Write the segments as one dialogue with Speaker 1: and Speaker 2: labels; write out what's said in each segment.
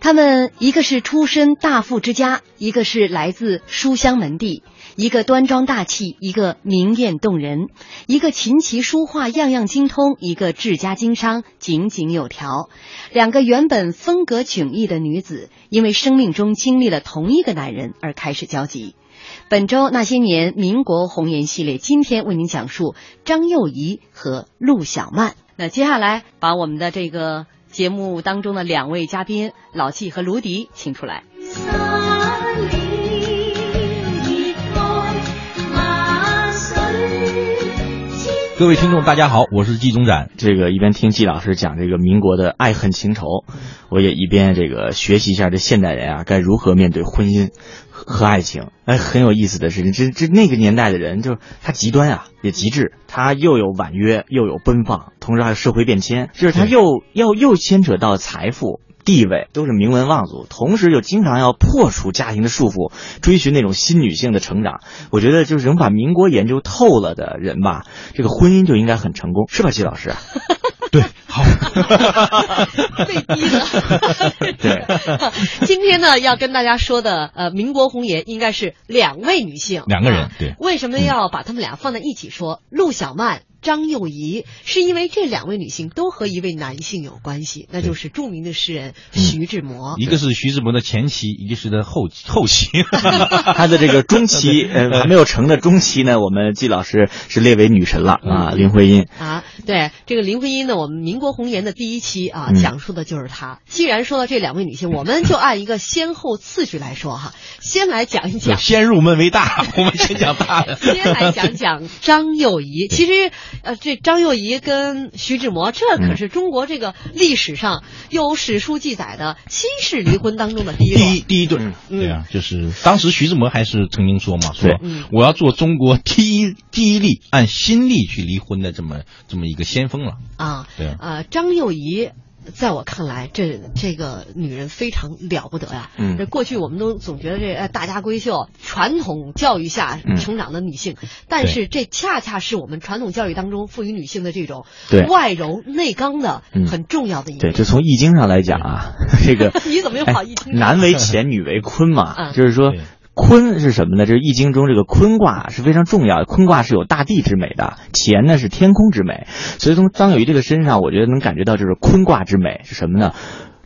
Speaker 1: 他们一个是出身大富之家，一个是来自书香门第，一个端庄大气，一个明艳动人，一个琴棋书画样样精通，一个治家经商井井有条。两个原本风格迥异的女子，因为生命中经历了同一个男人而开始交集。本周那些年民国红颜系列，今天为您讲述张幼仪和陆小曼。那接下来把我们的这个节目当中的两位嘉宾老纪和卢迪请出来。
Speaker 2: 各位听众，大家好，我是季中展。
Speaker 3: 这个一边听季老师讲这个民国的爱恨情仇，我也一边这个学习一下这现代人啊该如何面对婚姻和爱情。哎，很有意思的事情，这这那个年代的人就是他极端啊，也极致，他又有婉约，又有奔放，同时还有社会变迁，就是他又要又牵扯到财富。地位都是名门望族，同时又经常要破除家庭的束缚，追寻那种新女性的成长。我觉得就是能把民国研究透了的人吧，这个婚姻就应该很成功，是吧，季老师？
Speaker 2: 对，好，
Speaker 1: 被逼 的。
Speaker 3: 对，
Speaker 1: 今天呢要跟大家说的，呃，民国红颜应该是两位女性，啊
Speaker 2: 两个人对。
Speaker 1: 为什么要把她们俩放在一起说？陆小曼。张幼仪是因为这两位女性都和一位男性有关系，那就是著名的诗人
Speaker 2: 嗯
Speaker 1: 徐志摩。
Speaker 2: 一个是徐志摩的前期，一个是他后后期。
Speaker 3: 他的这个中期，呃，还没有成的中期呢，我们季老师是列为女神了啊，林徽因
Speaker 1: 啊，对这个林徽因呢，我们民国红颜的第一期
Speaker 2: 嗯
Speaker 1: 啊，讲述的就是她。既然说到这两位女性，我们就按一个先后次序来说哈，先来讲一讲，
Speaker 2: 先入门为大，我们先讲大的，
Speaker 1: 先来讲讲张幼仪，其实。呃，这张幼仪跟徐志摩，这
Speaker 2: 嗯
Speaker 1: 可是中国这个历史上有史书记载的七世离婚当中的第一
Speaker 2: 第一第一对，嗯、对啊，就是当时徐志摩还是曾经说嘛，说嗯我要做中国第一第一例按新例去离婚的这么这么一个先锋了
Speaker 1: 啊，
Speaker 2: 对啊，
Speaker 1: 呃，张幼仪。在我看来，这这个女人非常了不得呀、啊！嗯，这过去我们都总觉得这哎大家闺秀，传统教育下成长的女性，嗯、但是这恰恰是我们传统教育当中赋予女性的这种外柔内刚的
Speaker 2: 嗯
Speaker 1: 很重要的一面。
Speaker 3: 对，这从易经上来讲 啊，这个
Speaker 1: 你怎么又跑易经、
Speaker 3: 哎？男为乾，女为坤嘛，嗯、就是说。坤是什么呢？就是《易经》中这个坤卦是非常重要的，坤卦是有大地之美的，乾呢是天空之美，所以从张幼仪这个身上，我觉得能感觉到就是坤卦之美是什么呢？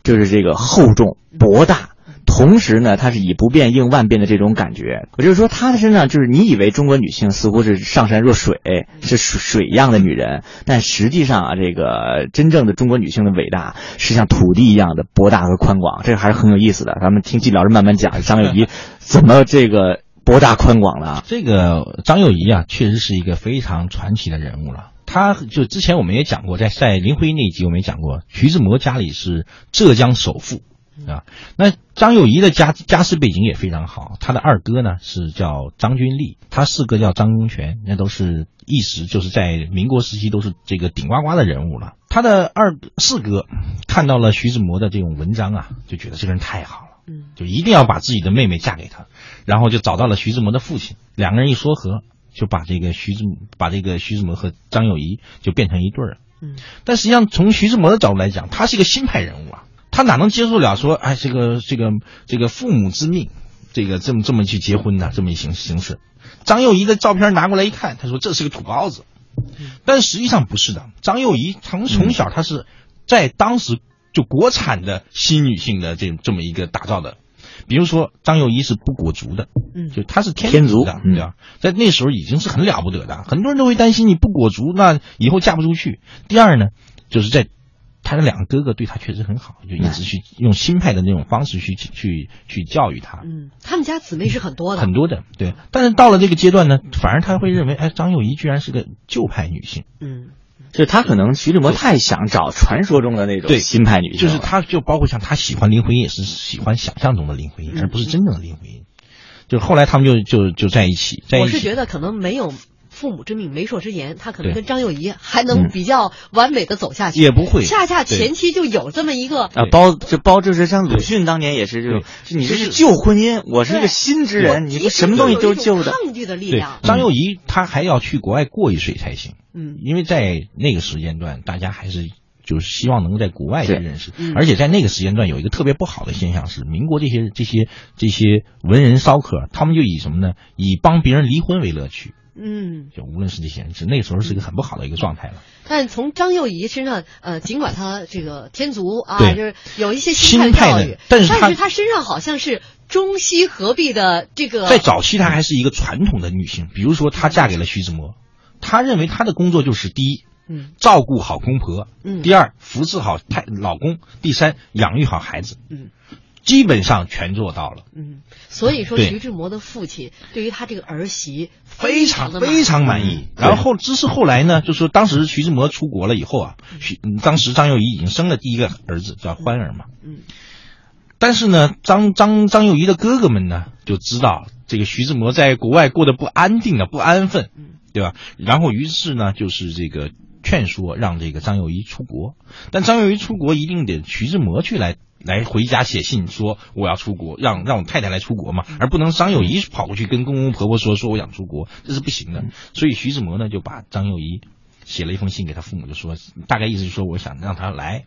Speaker 3: 就是这个厚重、博大。同时呢，她是以不变应万变的这种感觉，我就是说，她的身上就是你以为中国女性似乎是上善若水，
Speaker 1: 嗯
Speaker 3: 是水水一样的女人，但实际上啊，这个真正的中国女性的伟大是像土地一样的博大和宽广，这个还是很有意思的。咱们听季老师慢慢讲张幼 仪怎么这个博大宽广了。
Speaker 2: 这个张幼仪啊，确实是一个非常传奇的人物了。他就之前我们也讲过，在在林徽因那一集我们也讲过，徐志摩家里是浙江首富。啊，那张幼仪的家家世背景也非常好，她的二哥呢是叫张君立，他四哥叫张公权，那都是一时就是在民国时期都是这个顶呱呱的人物了。他的二四哥看到了徐志摩的这种文章啊，就觉得这个人太好了，嗯，就一定要把自己的妹妹嫁给他，然后就找到了徐志摩的父亲，两个人一说和，就把这个徐志把这个徐志摩和张幼仪就变成一对了。嗯，但实际上从徐志摩的角度来讲，他是一个新派人物啊。他哪能接受了说，哎，这个这个这个父母之命，这个这么这么去结婚的这么一形形式？张幼仪的照片拿过来一看，他说这是个土包子，但实际上不是的。张幼仪从从小她是在当时就国产的新女性的这这么一个打造的，比如说张幼仪是不裹足的，
Speaker 1: 嗯
Speaker 2: 就她是天
Speaker 3: 族
Speaker 2: 的，对吧？在那时候已经是很了不得的，很多人都会担心你不裹足，那以后嫁不出去。第二呢，就是在。他的两个哥哥对他确实很好，就一直去用新派的那种方式去去去教育他。
Speaker 1: 嗯，他们家姊妹是很多的，
Speaker 2: 很多的，对。但是到了这个阶段呢，反而他会认为，哎，张幼仪居然是个旧派女性。
Speaker 1: 嗯，
Speaker 3: 就是他可能徐志摩太想找传说中的那种新派女性，
Speaker 2: 就是他就包括像他喜欢林徽因，也是喜欢想象中的林徽因，而不是真正的林徽因。就后来他们就就就在一起，在一
Speaker 1: 我
Speaker 2: 起。
Speaker 1: 是觉得可能没有父母之命媒妁之言，他可能
Speaker 2: 对嗯
Speaker 1: 跟张幼仪还能比较完美的走下去。
Speaker 2: 也不会
Speaker 1: 恰恰
Speaker 2: 对
Speaker 1: 前期就有这么一个
Speaker 3: 啊，包这包就是像鲁迅当年也是这种
Speaker 2: 对，
Speaker 3: 就你这
Speaker 2: 就是
Speaker 3: 是旧婚姻，我是一
Speaker 1: 对
Speaker 3: 个新之
Speaker 1: 我
Speaker 3: 人，你
Speaker 1: 其实
Speaker 3: 什么东西
Speaker 1: 就
Speaker 3: 都
Speaker 1: 有
Speaker 3: 是
Speaker 1: 一
Speaker 3: 旧
Speaker 1: 种
Speaker 3: 的。
Speaker 1: 抗拒的力
Speaker 2: 对
Speaker 1: 量，。
Speaker 2: 张幼仪她还要去国外过一岁才行，
Speaker 1: 嗯
Speaker 2: 因为在那个时间段，大家还是就是希望能够在国外去
Speaker 3: 对
Speaker 2: 认识
Speaker 1: 嗯，
Speaker 2: 而且在那个时间段有一个特别不好的现象是，民国这些这些这些文人骚客，他们就以什么呢？以帮别人离婚为乐趣，
Speaker 1: 嗯，
Speaker 2: 就无论是这些人，是那个时候是一个很不好的一个状态了。
Speaker 1: 但从张幼仪身上，呃，尽管她这个天足啊，
Speaker 2: 对
Speaker 1: 就是有一些
Speaker 2: 心
Speaker 1: 态
Speaker 2: 态
Speaker 1: 教
Speaker 2: 的
Speaker 1: 育，
Speaker 2: 但是她
Speaker 1: 她身上好像是中西合璧的这个
Speaker 2: 在早期，她还是一个传统的女性，比如说她嫁给了徐志摩，她认为她的工作就是第一，
Speaker 1: 嗯
Speaker 2: 照顾好公婆，
Speaker 1: 嗯
Speaker 2: 第二服侍好太老公，第三养育好孩子，
Speaker 1: 嗯
Speaker 2: 基本上全做到了，
Speaker 1: 嗯，所以说
Speaker 2: 对
Speaker 1: 徐志摩的父亲对于他这个儿媳
Speaker 2: 非
Speaker 1: 常
Speaker 2: 常
Speaker 1: 的
Speaker 2: 非常满
Speaker 3: 嗯
Speaker 2: 意。然后只是后来呢，就说当时徐志摩出国了以后啊，徐嗯当时张幼仪已经生了第一个儿子叫欢儿嘛，
Speaker 1: 嗯
Speaker 2: 但是呢，张张张幼仪的哥哥们呢就知道这个徐志摩在国外过得不安定啊，不安分
Speaker 1: 嗯，
Speaker 2: 对吧？然后于是呢，就是这个劝说让这个张幼仪出国，但张幼仪出国一定得徐志摩去来来回家写信说我要出国，让让我太太来出国嘛，而不能张幼仪跑过去跟公公婆婆说说我想出国，这是不行的。所以徐志摩呢就把张幼仪写了一封信给他父母，就说大概意思就是说我想让他来，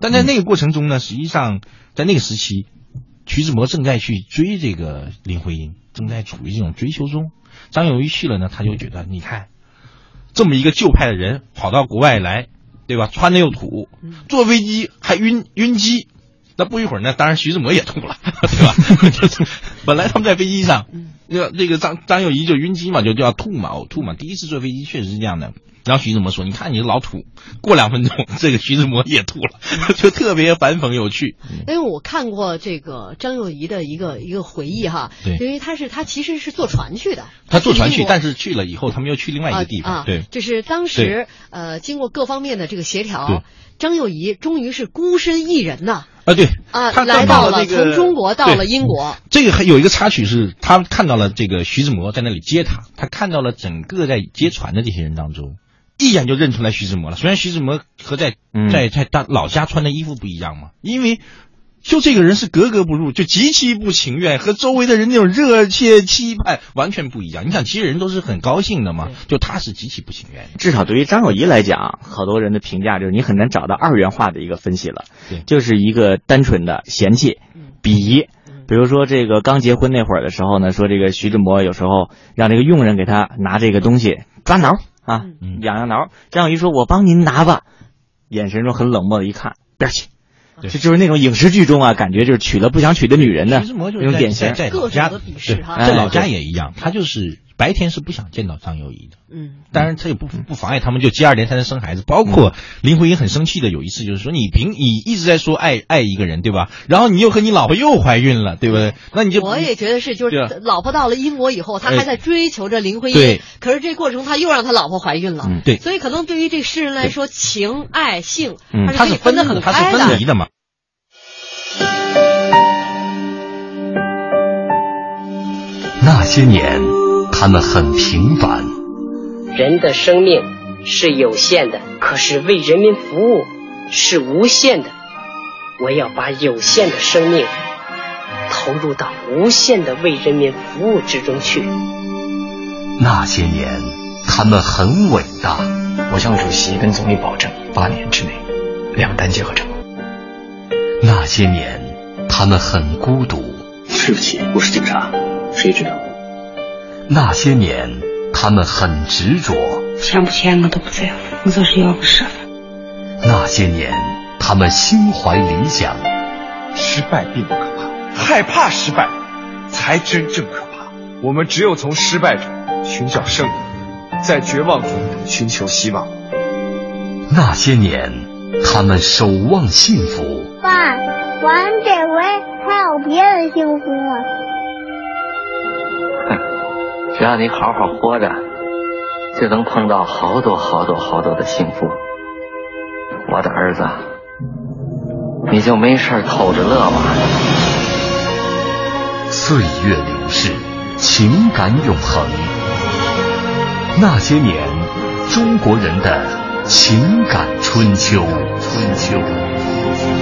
Speaker 2: 但在那个过程中呢，实际上在那个时期，徐志摩正在去追这个林徽因，正在处于这种追求中。张幼仪去了呢，他就觉得你看，这么一个旧派的人跑到国外来，对吧？穿的又土
Speaker 1: 嗯，
Speaker 2: 坐飞机还晕晕机。那不一会儿呢，当然徐志摩也吐了，对吧？ 就是本来他们在飞机上，那个这个张张幼仪就晕机嘛，就就要吐嘛，呕吐嘛。第一次坐飞机确实是这样的。然后徐志摩说：“你看你老土。”过两分钟，这个徐志摩也吐了， 就特别反讽有趣。
Speaker 1: 因为我看过这个张幼仪的一个一个回忆哈，
Speaker 2: 对
Speaker 1: 因为她是她其实是坐船去的，
Speaker 2: 他坐船去，但
Speaker 1: 是
Speaker 2: 是去了以后，他们又去另外一个地方。
Speaker 1: 啊，
Speaker 2: 对，
Speaker 1: 就是当时呃经过各方面的这个协
Speaker 2: 对
Speaker 1: 调，张幼仪终于是孤身一人呐
Speaker 2: 啊对，
Speaker 1: 啊
Speaker 2: 他
Speaker 1: 来
Speaker 2: 看到
Speaker 1: 到了
Speaker 2: 那个
Speaker 1: 从中国到
Speaker 2: 对
Speaker 1: 了英国，
Speaker 2: 这个还有一个插曲是，他看到了这个徐志摩在那里接他，他看到了整个在接船的这些人当中，一眼就认出来徐志摩了。虽然徐志摩和在
Speaker 3: 嗯
Speaker 2: 在在大老家穿的衣服不一样嘛，因为。就这个人是格格不入，就极其不情愿，和周围的人那种热切期盼完全不一样。你想，其实人都是很高兴的嘛，
Speaker 1: 嗯
Speaker 2: 就他是极其不情愿的。
Speaker 3: 至少对于张幼仪来讲，好多人的评价就是你很难找到二元化的一个分析了
Speaker 2: 对，
Speaker 3: 就是一个单纯的嫌弃
Speaker 1: 嗯、
Speaker 3: 鄙夷
Speaker 1: 嗯。
Speaker 3: 比如说这个刚结婚那会儿的时候呢，说这个徐志摩有时候让这个佣人给他拿这个东西抓挠啊
Speaker 2: 嗯，
Speaker 3: 痒痒挠。张幼仪说：“我帮您拿吧。”眼神中很冷漠的一看，边儿去。
Speaker 2: 对
Speaker 3: 这就是那种影视剧中啊，感觉就是娶了不想娶的女人呢，
Speaker 2: 徐志摩就
Speaker 3: 那
Speaker 2: 是
Speaker 3: 种
Speaker 2: 在
Speaker 3: 典型。
Speaker 2: 在在
Speaker 1: 各
Speaker 2: 老
Speaker 1: 种
Speaker 2: 家
Speaker 1: 的鄙视
Speaker 2: 对
Speaker 1: 哈
Speaker 2: 在
Speaker 3: 哎
Speaker 2: 老家
Speaker 3: 对
Speaker 2: 也一样，他就是白天是不想见到张幼仪的。
Speaker 1: 嗯
Speaker 2: 当然，这也不不妨碍他们就接二连三的生孩子。包括林徽因很生气的有一次，就是说你凭你一直在说爱爱一个人，对吧？然后你又和你老婆又怀孕了，对不对？那你就
Speaker 1: 嗯我也觉得是，就
Speaker 2: 对
Speaker 1: 是
Speaker 2: 啊
Speaker 1: 老婆到了英国以后，他
Speaker 2: 哎
Speaker 1: 还在追求着林徽因。
Speaker 2: 对。
Speaker 1: 可是这过程他又让他老婆怀孕了。
Speaker 3: 嗯
Speaker 2: 对
Speaker 1: 所以可能对于这诗人来说，情爱性
Speaker 3: 嗯
Speaker 1: 他
Speaker 2: 他
Speaker 1: 可以
Speaker 2: 是
Speaker 1: 分
Speaker 2: 分
Speaker 1: 得
Speaker 2: 的
Speaker 1: 很
Speaker 2: 他是
Speaker 1: 开
Speaker 2: 分
Speaker 1: 的。
Speaker 2: 离的嘛。
Speaker 4: 那些年，他们很平凡，
Speaker 5: 人的生命是有限的，可是为人民服务是无限的。我要把有限的生命投入到无限的为人民服务之中去。
Speaker 4: 那些年，他们很伟大。
Speaker 6: 我向主席跟总理保证，八年之内，两弹结合成功。
Speaker 4: 那些年，他们很孤独。
Speaker 6: 对不起，我是警察，谁知道？
Speaker 4: 那些年，他们很执着。
Speaker 7: 想不钱我都不在乎，我就是要个身份。
Speaker 4: 那些年，他们心怀理想。
Speaker 8: 失败并不可怕，害怕失败才真正可怕。我们只有从失败中寻找胜利，在绝望中寻求希望。
Speaker 4: 那些年，他们守望幸福。
Speaker 9: 爸，玩这回还有别的幸福吗？
Speaker 6: 只要你好好活着，就能碰到好多好多好多的幸福。我的儿子，你就没事儿偷着乐吧。
Speaker 4: 岁月流逝，情感永恒。那些年，中国人的情感春秋。春秋。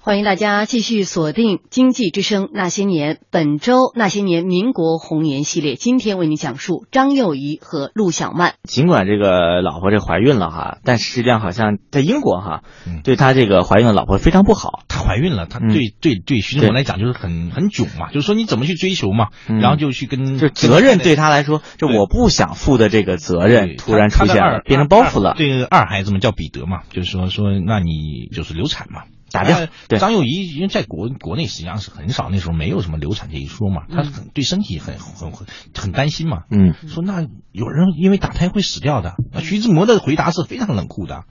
Speaker 1: 欢迎大家继续锁定《经济之声》那些年，本周《那些年》民国红颜系列，今天为您讲述张幼仪和陆小曼。
Speaker 3: 尽管这个老婆这怀孕了哈，但实际上好像在英国哈，
Speaker 2: 嗯
Speaker 3: 对她这个怀孕的老婆非常不好。
Speaker 2: 她怀孕了，她
Speaker 3: 嗯
Speaker 2: 对对对徐志摩来讲就是很很囧嘛，就是说你怎么去追求嘛，然后就去跟
Speaker 3: 嗯就责任对她来
Speaker 2: 嗯
Speaker 3: 说，这我不想负的这个责任突然出现了，变成包袱了。
Speaker 2: 对二孩子们叫彼得嘛，就是说说那你就是流产嘛。
Speaker 3: 打掉。对
Speaker 2: 张幼仪，因为在国国内实际上是很少，那时候没有什么流产这一说嘛，她很对身体很很很很担心嘛。
Speaker 3: 嗯，
Speaker 2: 说那有人因为打胎会死掉的，那徐志摩的回答是非常冷酷的。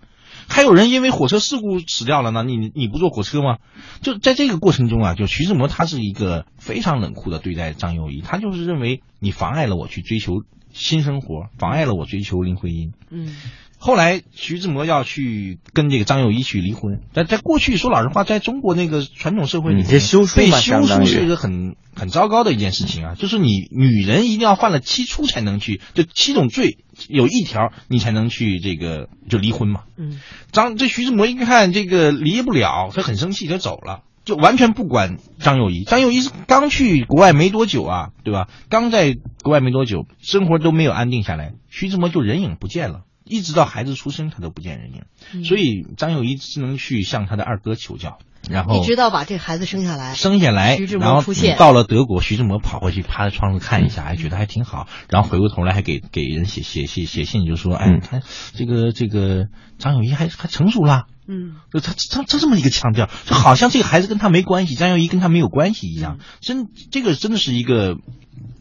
Speaker 2: 还有人因为火车事故死掉了呢，你你不坐火车吗？就在这个过程中啊，就徐志摩他是一个非常冷酷的对待张幼仪，他就是认为你妨碍了我去追求新生活，妨碍了我追求林徽因。
Speaker 1: 嗯。
Speaker 2: 后来徐志摩要去跟这个张幼仪去离婚，但在过去说老实话，在中国那个传统社会里，
Speaker 3: 嗯这修书
Speaker 2: 被修书是一个很很糟糕的一件事情啊，
Speaker 3: 嗯
Speaker 2: 就是你女人一定要犯了七出才能去，就七种罪有一条你才能去这个就离婚嘛。
Speaker 1: 嗯，
Speaker 2: 张这徐志摩一看这个离不了，他很生气，就走了。就完全不管张幼仪，张幼仪是刚去国外没多久啊，对吧？刚在国外没多久，生活都没有安定下来，徐志摩就人影不见了。一直到孩子出生，他都不见人影，嗯、所以张幼仪只能去向他的二哥求教，然后
Speaker 1: 一直到把这孩子生下来，
Speaker 2: 生下来，
Speaker 1: 徐志
Speaker 2: 摩
Speaker 1: 出现，
Speaker 2: 到了德国，徐志摩跑过去趴在窗户看一下，哎还觉得还挺好，然后回过头来还给给人写写写写信，就说，哎，他这个这个张幼仪还还成熟了。
Speaker 1: 嗯，
Speaker 2: 就他他他这么一个腔调，就好像这个孩子跟他没关系，张幼仪跟他没有关系一样。真这个真的是一个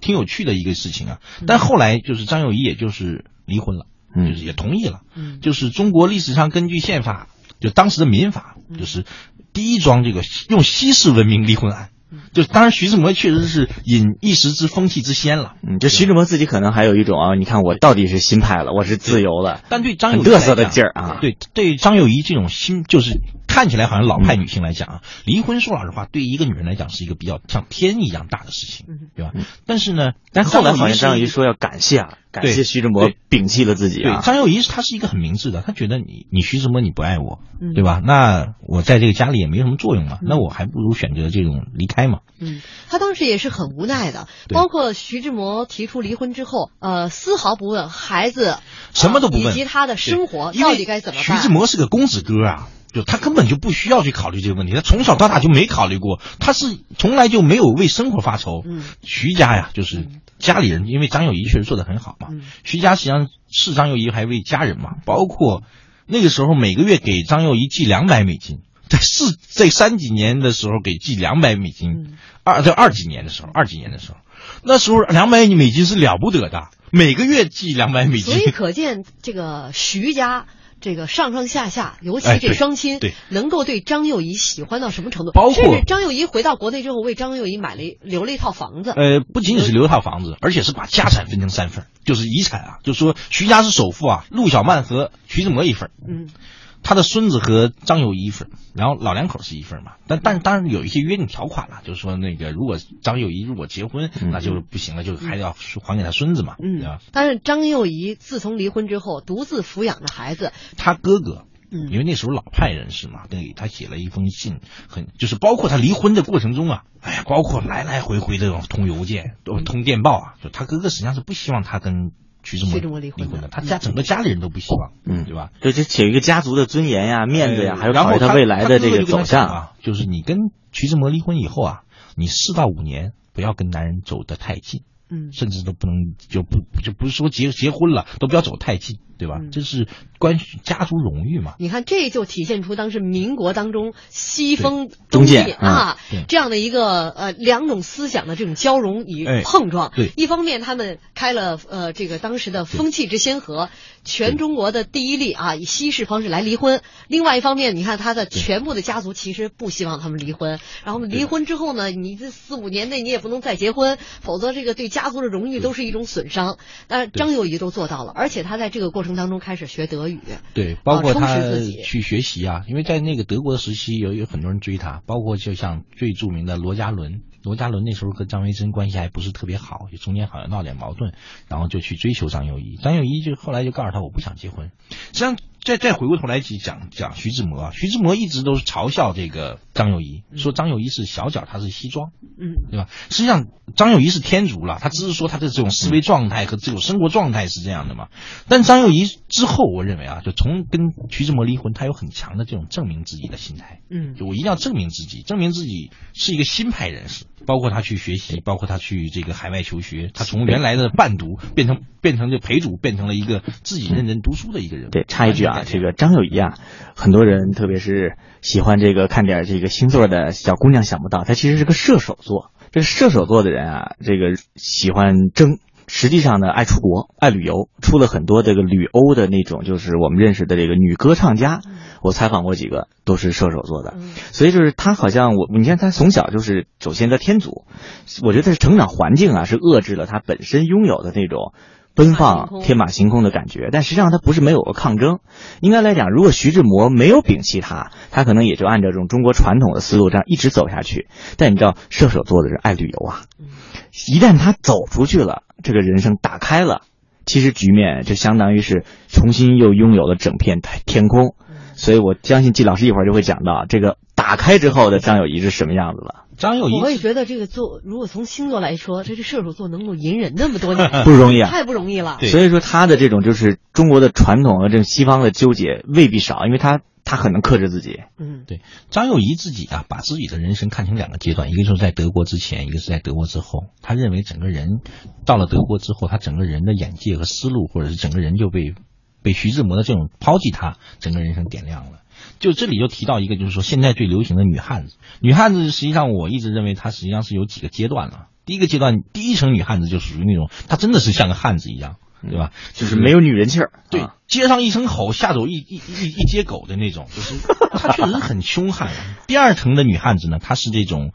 Speaker 2: 挺有趣的一个事情啊。但后来就是张幼仪，也就是离婚了。
Speaker 3: 嗯，
Speaker 2: 就是也同意了。嗯，就是中国历史上根据宪法，就当时的民法，就是第一桩这个用西式文明离婚案。就当然，徐志摩确实是引一时之风气之先了。
Speaker 3: 嗯，就徐志摩自己可能还有一种啊，你看我到底是新派了，我是自由了。
Speaker 2: 但对张
Speaker 3: 嘚瑟的劲儿啊，
Speaker 2: 对对张幼仪这种新，就是看起来好像老派女性来讲
Speaker 3: 嗯
Speaker 2: 啊，离婚说老实话，对一个女人来讲是一个比较像天一样大的事情，对吧？但是呢，
Speaker 3: 嗯但后来好像张幼仪说要感谢啊，感谢徐志摩摒弃了自己。啊
Speaker 2: 对张幼仪，她是一个很明智的，她觉得你你徐志摩你不爱我，
Speaker 3: 嗯
Speaker 2: 对吧？那我在这个家里也没什么作用嘛，那我还不如选择这种离开。嘛，
Speaker 1: 嗯，他当时也是很无奈的，包括徐志摩提出离婚之后，呃，丝毫不问孩子
Speaker 2: 什么都不
Speaker 1: 以
Speaker 2: 问，
Speaker 1: 及他的生活到底该怎么办。
Speaker 2: 徐志摩是个公子哥啊，就他根本就不需要去考虑这个问题，他从小到大就没考虑过，他是从来就没有为生活发愁。
Speaker 1: 嗯，
Speaker 2: 徐家呀，就是家里人，因为张幼仪确实做的很好嘛，
Speaker 1: 嗯、
Speaker 2: 徐家实际上视张幼仪还为家人嘛，包括那个时候每个月给张幼仪寄两百美金。在四在三几年的时候给寄两百美金，嗯、二在二几年的时候，二几年的时候，那时候两百美金是了不得的，每个月寄两百美金。
Speaker 1: 所以可见这个徐家这个上上下下，尤其这双亲，
Speaker 2: 哎、对对
Speaker 1: 能够对张幼仪喜欢到什么程度？
Speaker 2: 包括
Speaker 1: 甚至张幼仪回到国内之后，为张幼仪买了留了一套房子。
Speaker 2: 呃，不仅仅是留一套房子，而且是把家产分成三份，就是遗产啊，就说徐家是首富啊，陆小曼和徐志摩一份。
Speaker 1: 嗯。
Speaker 2: 他的孙子和张幼仪一份，然后老两口是一份嘛。但但当然有一些约定条款了，就是说那个如果张幼仪如果结婚，那就不行了，就还要还给他孙子嘛，
Speaker 1: 嗯、
Speaker 2: 对吧？
Speaker 1: 但是张幼仪自从离婚之后，独自抚养着孩子，
Speaker 2: 他哥哥。
Speaker 1: 嗯，
Speaker 2: 因为那时候老派人士嘛，对他写了一封信，很就是包括他离婚的过程中啊，哎呀，包括来来回回这种通邮件、通电报啊，就他哥哥实际上是不希望他跟。徐志
Speaker 1: 摩
Speaker 2: 离
Speaker 1: 婚
Speaker 2: 的，他家整个家里人都不希望，
Speaker 3: 嗯，
Speaker 2: 对吧？
Speaker 3: 对，这起一个家族的尊严呀、面子呀，还有
Speaker 2: 然后
Speaker 3: 他未来的这个走向
Speaker 2: 啊，就是你跟徐志摩离婚以后啊，你四到五年不要跟男人走得太近，
Speaker 1: 嗯，
Speaker 2: 甚至都不能就不就不是说结结婚了，都不要走太近，对吧？
Speaker 1: 嗯、
Speaker 2: 这是关系家族荣誉嘛。
Speaker 1: 你看，这就体现出当时民国当中西风
Speaker 3: 中介
Speaker 1: 啊、
Speaker 2: 嗯、
Speaker 1: 这样的一个呃两种思想的这种交融与碰撞。
Speaker 2: 哎、对，
Speaker 1: 一方面他们开了呃这个当时的风气之先河，全中国的第一例啊以西式方式来离婚；另外一方面，你看他的全部的家族其实不希望他们离婚，然后离婚之后呢，你这四五年内你也不能再结婚，否则这个对家。家族的荣誉都是一种损伤。但张幼仪都做到了，而且她在这个过程当中开始学德语，
Speaker 2: 对，包括
Speaker 1: 啊
Speaker 2: 她
Speaker 1: 充实自己
Speaker 2: 去学习啊，因为在那个德国的时期，有有很多人追她，包括就像最著名的罗家伦，罗家伦那时候和张维珍关系还不是特别好，就中间好像闹点矛盾，然后就去追求张幼仪，张幼仪就后来就告诉她我不想结婚。实际上，再再回过头来去讲讲徐志摩啊，徐志摩一直都是嘲笑这个张幼仪，说张幼仪是小脚，她是西装，
Speaker 1: 嗯，
Speaker 2: 对吧？实际上，张幼仪是天竺了，她只是说她的这种思
Speaker 3: 嗯
Speaker 2: 维状态和这种生活状态是这样的嘛。但张幼仪之后，我认为啊，就从跟徐志摩离婚，她有很强的这种证明自己的心态。
Speaker 1: 嗯
Speaker 2: 就我一定要证明自己，证明自己是一个新派人士。包括他去学习，包括他去这个海外求学，他从原来的伴读变成变成这陪读，变成了一个自己认真读书的一个人。
Speaker 3: 对，插一句啊，
Speaker 2: 完全改变
Speaker 3: 这个张幼仪啊，很多人特别是喜欢这个看点儿这个星座的小姑娘想不到，她其实是个射手座。这个射手座的人啊，这个喜欢争，实际上呢爱出国，爱旅游，出了很多这个旅欧的那种，就是我们认识的这个女歌唱家。我采访过几个都是射手座的，
Speaker 1: 嗯
Speaker 3: 所以就是他好像我，你看他从小就是，首先他天阻，我觉得他是成长环境啊是遏制了他本身拥有的那种奔
Speaker 1: 天马行
Speaker 3: 放、
Speaker 1: 空
Speaker 3: 天马行空的感觉。但实际上他不是没有过抗争，应该来讲，如果徐志摩没有摒弃他，他可能也就按照这种中国传统的思路这样一直走下去。但你知道，射手座的人爱旅游啊，一旦他走出去了，这个人生打开了。其实局面就相当于是重新又拥有了整片太天空，所以我相信季老师一会儿就会讲到这个打开之后的张友仪是什么样子了，
Speaker 2: 张幼仪
Speaker 1: 我也觉得这个做，如果从星座来说，这是射手座能够隐忍那么多 年，
Speaker 3: 不容易啊。
Speaker 1: 太不容易了。
Speaker 2: 对
Speaker 3: 所以说他的这种就是中国的传统和这种西方的纠结未必少，因为他他很能克制自己。
Speaker 1: 嗯，
Speaker 2: 对，张幼仪自己啊，把自己的人生看成两个阶段，一个就是在德国之前，一个是在德国之后。他认为整个人到了德国之后，他整个人的眼界和思路，或者是整个人就被被徐志摩的这种抛弃他，整个人生点亮了。就这里就提到一个，就是说现在最流行的女汉子。女汉子实际上我一直认为她实际上是有几个阶段了。第一个阶段，第一层女汉子就属于那种她真的是像个汉子一样，对吧？
Speaker 3: 就是没有女人气儿。
Speaker 2: 对
Speaker 3: 啊，
Speaker 2: 街上一声吼，吓走一一一一街狗的那种，就是她确实很凶悍。 第二层的女汉子呢，她是这种，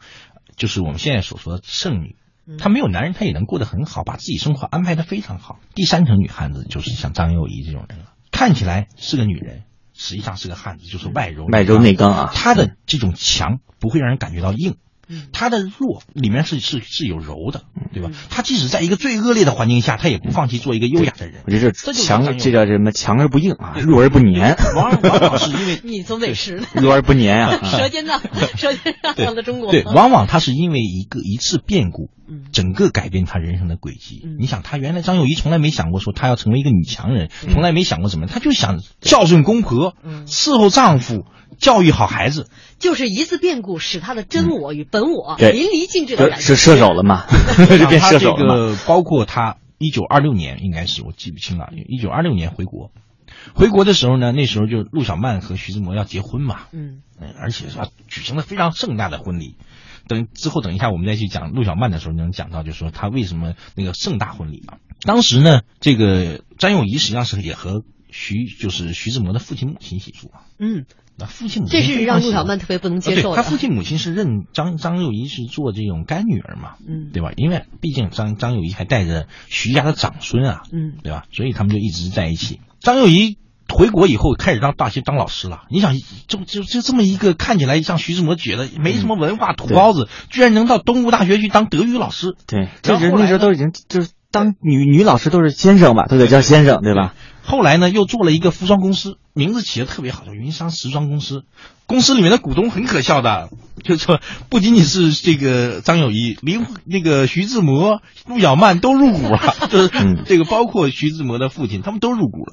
Speaker 2: 就是我们现在所说的剩女，她没有男人，她也能过得很好，把自己生活安排的非常好。第三层女汉子就是像张幼仪这种人了，看起来是个女人，实际上是个汉子，就是外柔
Speaker 3: 外柔内刚啊，
Speaker 2: 她的这种强不会让人感觉到硬。
Speaker 1: 嗯
Speaker 2: 她的弱里面是是是有柔的，对吧？她即使在一个最恶劣的环境下，她也不放弃做一个优雅的人。
Speaker 3: 我觉得
Speaker 2: 这
Speaker 3: 这
Speaker 2: 就是张
Speaker 3: 强，
Speaker 2: 友
Speaker 3: 这叫什么？强而不硬啊，弱而不 粘，
Speaker 2: 往往往是因为
Speaker 1: 你从美 食呢？
Speaker 3: 弱而不粘啊。
Speaker 1: 舌
Speaker 3: 啊
Speaker 1: 尖上，舌尖上的中国。
Speaker 2: 对，往往他是因为一个一次变故
Speaker 1: 嗯，
Speaker 2: 整个改变他人生的轨迹。
Speaker 1: 嗯
Speaker 2: 你想，他原来张幼仪从来没想过说她要成为一个女强人，从来没想过什么，她就想孝顺公婆，
Speaker 1: 嗯
Speaker 2: 伺候丈夫，教育好 孩子。
Speaker 1: 就是一次变故使他的真我与本我
Speaker 3: 对
Speaker 1: 淋漓尽致的
Speaker 3: 就是
Speaker 1: 展
Speaker 3: 是
Speaker 1: 现。
Speaker 3: 射手了 嘛， 就变
Speaker 2: 他
Speaker 3: 射
Speaker 2: 这
Speaker 3: 手了嘛。
Speaker 2: 个包括他一九二六年应该是我记不清了，一九二六年回国，回国的时候呢，那时候就陆小曼和徐志摩要结婚嘛，
Speaker 1: 嗯，
Speaker 2: 嗯，而且是要举行了非常盛大的婚礼。等之后，等一下我们再去讲陆小曼的时候，能讲到就是说她为什么那个盛大婚礼啊。当时呢，这个张幼仪实际上是也和徐就是徐志摩的父亲母亲一起住啊。
Speaker 1: 嗯，
Speaker 2: 那父亲母亲
Speaker 1: 这是让陆小曼
Speaker 2: 非常喜欢
Speaker 1: 特别不能接
Speaker 2: 啊对
Speaker 1: 受的。
Speaker 2: 他父亲母亲是认张张幼仪是做这种干女儿嘛，
Speaker 1: 嗯
Speaker 2: 对吧？因为毕竟张张幼仪还带着徐家的长孙啊，
Speaker 1: 嗯
Speaker 2: 对吧？所以他们就一直在一起。张幼仪回国以后开始当大学当老师了。你想，就就就这么一个看起来像徐志摩觉得没什么文化
Speaker 1: 嗯
Speaker 2: 土包子，居然能到东吴大学去当德语老师。
Speaker 3: 对，
Speaker 2: 然
Speaker 3: 这
Speaker 2: 后
Speaker 3: 人
Speaker 2: 后
Speaker 3: 那
Speaker 2: 来
Speaker 3: 时候
Speaker 2: 呢
Speaker 3: 都已经就是当女女老师都是先生吧，都得叫先生对吧？
Speaker 2: 后来呢，又做了一个服装公司，名字起的特别好，叫云商时装公司。公司里面的股东很可笑的，就说不仅仅是这个张幼仪、林那个徐志摩、陆小曼都入股了，就是
Speaker 3: 嗯
Speaker 2: 这个包括徐志摩的父亲，他们都入股了，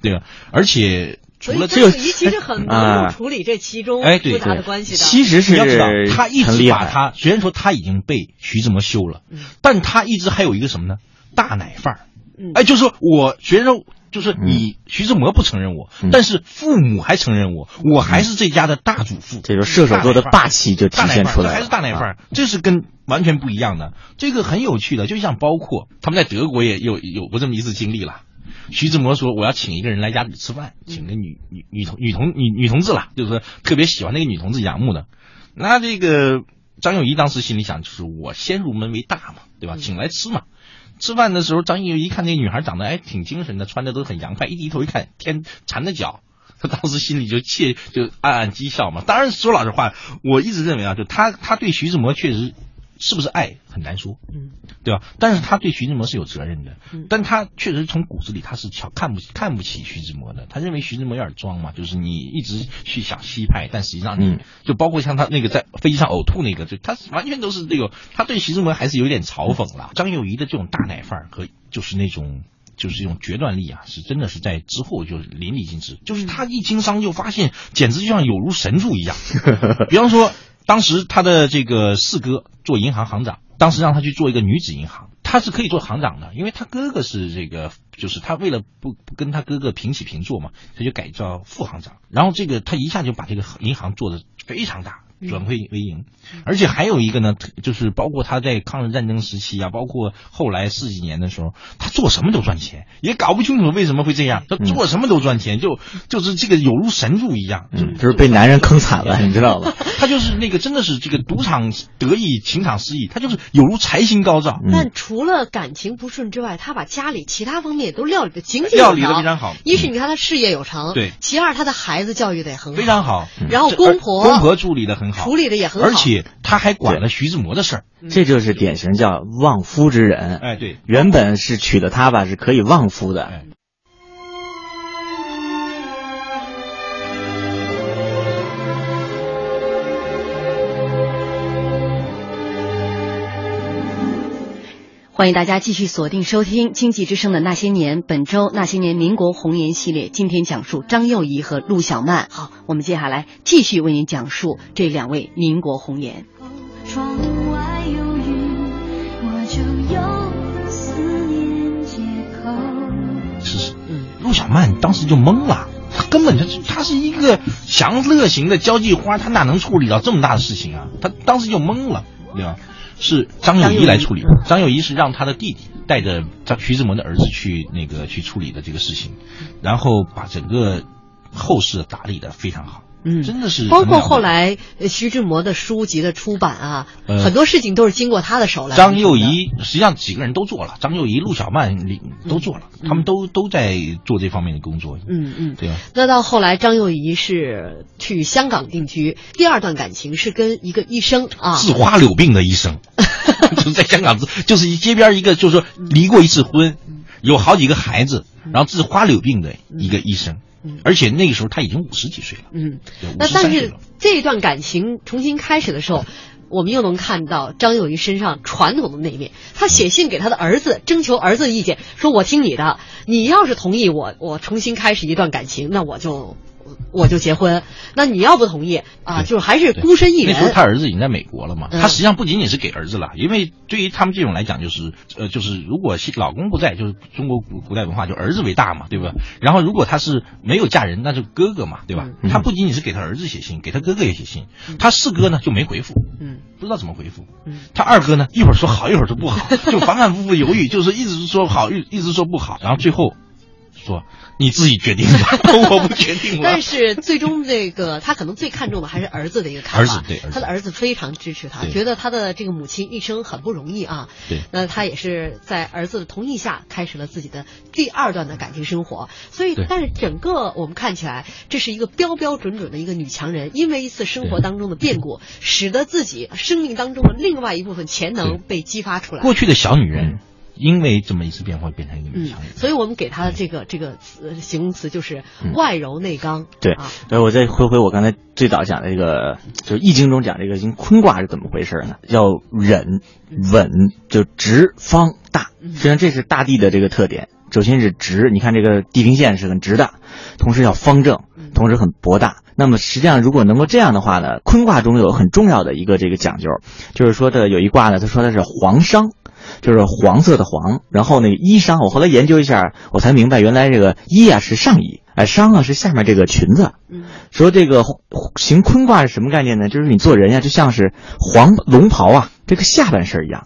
Speaker 2: 对吧？而且除
Speaker 1: 嗯所以
Speaker 2: 了
Speaker 1: 张
Speaker 2: 这
Speaker 1: 幼
Speaker 2: 个，
Speaker 1: 仪其实 很能够
Speaker 3: 啊
Speaker 1: 处理这其中
Speaker 2: 哎
Speaker 1: 复
Speaker 2: 对
Speaker 1: 杂的
Speaker 2: 对
Speaker 1: 关系的。
Speaker 3: 其实是
Speaker 2: 你要知道，他一
Speaker 3: 很
Speaker 2: 直
Speaker 3: 厉
Speaker 2: 把
Speaker 3: 害，
Speaker 2: 他虽然说他已经被徐志摩休了，
Speaker 1: 嗯
Speaker 2: 但他一直还有一个什么呢？大奶范儿。
Speaker 1: 嗯
Speaker 2: 哎，就是说我虽然说就是
Speaker 3: 嗯
Speaker 2: 你徐志摩不承认我，但是父母还承认我，我还是这家的大主妇。
Speaker 3: 嗯这就是射手座的霸气就体
Speaker 2: 大奶
Speaker 3: 现
Speaker 2: 范
Speaker 3: 出
Speaker 2: 儿，
Speaker 3: 来了，
Speaker 2: 还是大奶范
Speaker 3: 啊
Speaker 2: 儿，这是跟完全不一样的。这个很有趣的，就像包括他们在德国也有有过这么一次经历了。徐志摩说：“我要请一个人来家里吃饭，请个女女女同女同女女同志啦，就是说特别喜欢那个女同志仰慕的。”那这个张幼仪当时心里想，就是我先入门为大嘛，对吧？请来吃嘛。吃饭的时候，张幼仪看那女孩长得哎挺精神的，穿的都很洋派，一低头一看，天缠着脚。他当时心里就窃就暗暗讥笑嘛。当然说老实话，我一直认为啊，就他他对徐志摩确实是不是爱很难说，嗯，对吧？但是他对徐志摩是有责任的，嗯、但他确实从骨子里他是瞧看不看不起徐志摩的。他认为徐志摩有点装嘛，就是你一直去想西派，但实际上你、嗯、就包括像他那个在飞机上呕吐那个，就他完全都是这个，他对徐志摩还是有点嘲讽了。张幼仪的这种大奶范儿和就是那种。就是一种决断力啊，是真的是在之后就淋漓尽致。就是他一经商就发现，简直就像有如神助一 样。比方说，当时他的这个四哥做银行行长，当时让他去做一个女子银行，他是可以做行长的，因为他哥哥是这个，就是他为了不不跟他哥哥平起平坐嘛，他就改叫副行长。然后这个他一下就把这个银行做的非常大。转亏为盈，而且还有一个呢，就是包括他在抗日战争时期啊，包括后来四几年的时候，他做什么都赚钱，也搞不清楚为什么会这样。他做什么都赚钱，就就是这个有如神助一样，
Speaker 3: 嗯、就是被男人坑惨
Speaker 2: 嗯
Speaker 3: 了，你知道吧？
Speaker 2: 他就是那个真的是这个赌场得意，情场失意，他就是有如财星高照。
Speaker 1: 嗯、但除了感情不顺之外，他把家里其他方面都料理的井井
Speaker 2: 料理的非常好。嗯
Speaker 1: 一是你看他事业有成，
Speaker 2: 对、嗯；
Speaker 1: 其二他的孩子教育的也很好，
Speaker 2: 非常好。
Speaker 1: 然后公婆
Speaker 2: 公婆处理的很。
Speaker 1: 处理的也很好，
Speaker 2: 而且他还管了徐志摩的事儿，
Speaker 3: 这就是典型叫旺夫之人。
Speaker 2: 哎，对，
Speaker 3: 原本是娶了她吧，是可以旺夫的。哎
Speaker 1: 欢迎大家继续锁定收听《经济之声》的那些年，本周《那些年民国红颜》系列，今天讲述张幼仪和陆小曼。好，我们接下来继续为您讲述这两位民国红颜。窗外有雨，我就有思念借口。
Speaker 2: 是是，嗯，陆小曼当时就懵了，她根本就她是一个享乐型的交际花，她哪能处理到这么大的事情啊？她当时就懵了，对吧？是张幼仪来处理，张
Speaker 1: 嗯
Speaker 2: 幼仪是让他的弟弟带着张徐志摩的儿子去那个去处理的这个事情，然后把整个后事打理的非常好。
Speaker 1: 嗯，
Speaker 2: 真的是
Speaker 1: 包括后来徐志摩的书籍的出版啊，呃、很多事情都是经过他的手来。
Speaker 2: 张幼仪实际上几个人都做了，张幼仪、陆小曼都做了，嗯、他们都都在做这方面的工作。
Speaker 1: 嗯嗯，
Speaker 2: 对吧、啊？
Speaker 1: 那到后来，张幼仪是去香港定居，第二段感情是跟一个医生啊，
Speaker 2: 治花柳病的 医生，就是在香港，就是街边一个，就是说离过一次婚，有好几个孩子，
Speaker 1: 嗯
Speaker 2: 然后治花柳病的一个医生。而且那个时候他已经五十几岁了，
Speaker 1: 嗯，那但是这段感情重新开始的时候，我们又能看到张幼仪身上传统的那一面。他写信给他的儿子，征求儿子的意见，说我听你的，你要是同意我，我重新开始一段感情，那我就我就结婚。那你要不同意啊，就是还是孤身一人。
Speaker 2: 那时候他儿子已经在美国了嘛，嗯、他实际上不仅仅是给儿子了，因为对于他们这种来讲，就是呃，就是如果老公不在，就是中国古古代文化就儿子为大嘛，对吧？然后如果他是没有嫁人，那就哥哥嘛，对吧？嗯、他不仅仅是给他儿子写信，给他哥哥也写信。嗯、他四哥呢就没回复，嗯，不知道怎么回复。
Speaker 1: 嗯
Speaker 2: 他二哥呢一会儿说好，一会儿说不好，就反反复复犹豫，就是一直说好，一一直说不好，然后最后。说你自己决定吧， 我不决 定。
Speaker 1: 但是最终这个他可能最看重的还是儿子的一个看
Speaker 2: 法。儿子对，
Speaker 1: 他的儿子非常支持他，觉得他的这个母亲一生很不容易啊。
Speaker 2: 对，
Speaker 1: 那他也是在儿子的同意下开始了自己的第二段的感情生活。所以，但是整个我们看起来，这是一个标标准准的一个女强人，因为一次生活当中的变故，使得自己生命当中的另外一部分潜能被激发出来。嗯
Speaker 2: 过去的小女人。因为这么一次变化，变成一个女强人、
Speaker 1: 嗯，所以我们给她的这个这个词形容词就是外柔内刚。嗯、
Speaker 3: 对，
Speaker 1: 啊、
Speaker 3: 对呃我再回回我刚才最早讲的这个，就是《易经》中讲这个坤卦是怎么回事呢？要忍、稳，就直、方、大。实际上这是大地的这个特点。首先是直，你看这个地平线是很直的，同时要方正，同时很博大。那么实际上，如果能够这样的话呢，坤卦中有很重要的一个这个讲究，就是说的有一卦呢，他说的是黄商。就是黄色的黄，然后那个衣裳，我后来研究一下，我才明白原来这个衣啊是上衣，哎，裳啊是下面这个裙子。
Speaker 1: 嗯
Speaker 3: 说这个行坤卦是什么概念呢？就是你做人呀、啊，就像是黄龙袍啊，这个下半身一样，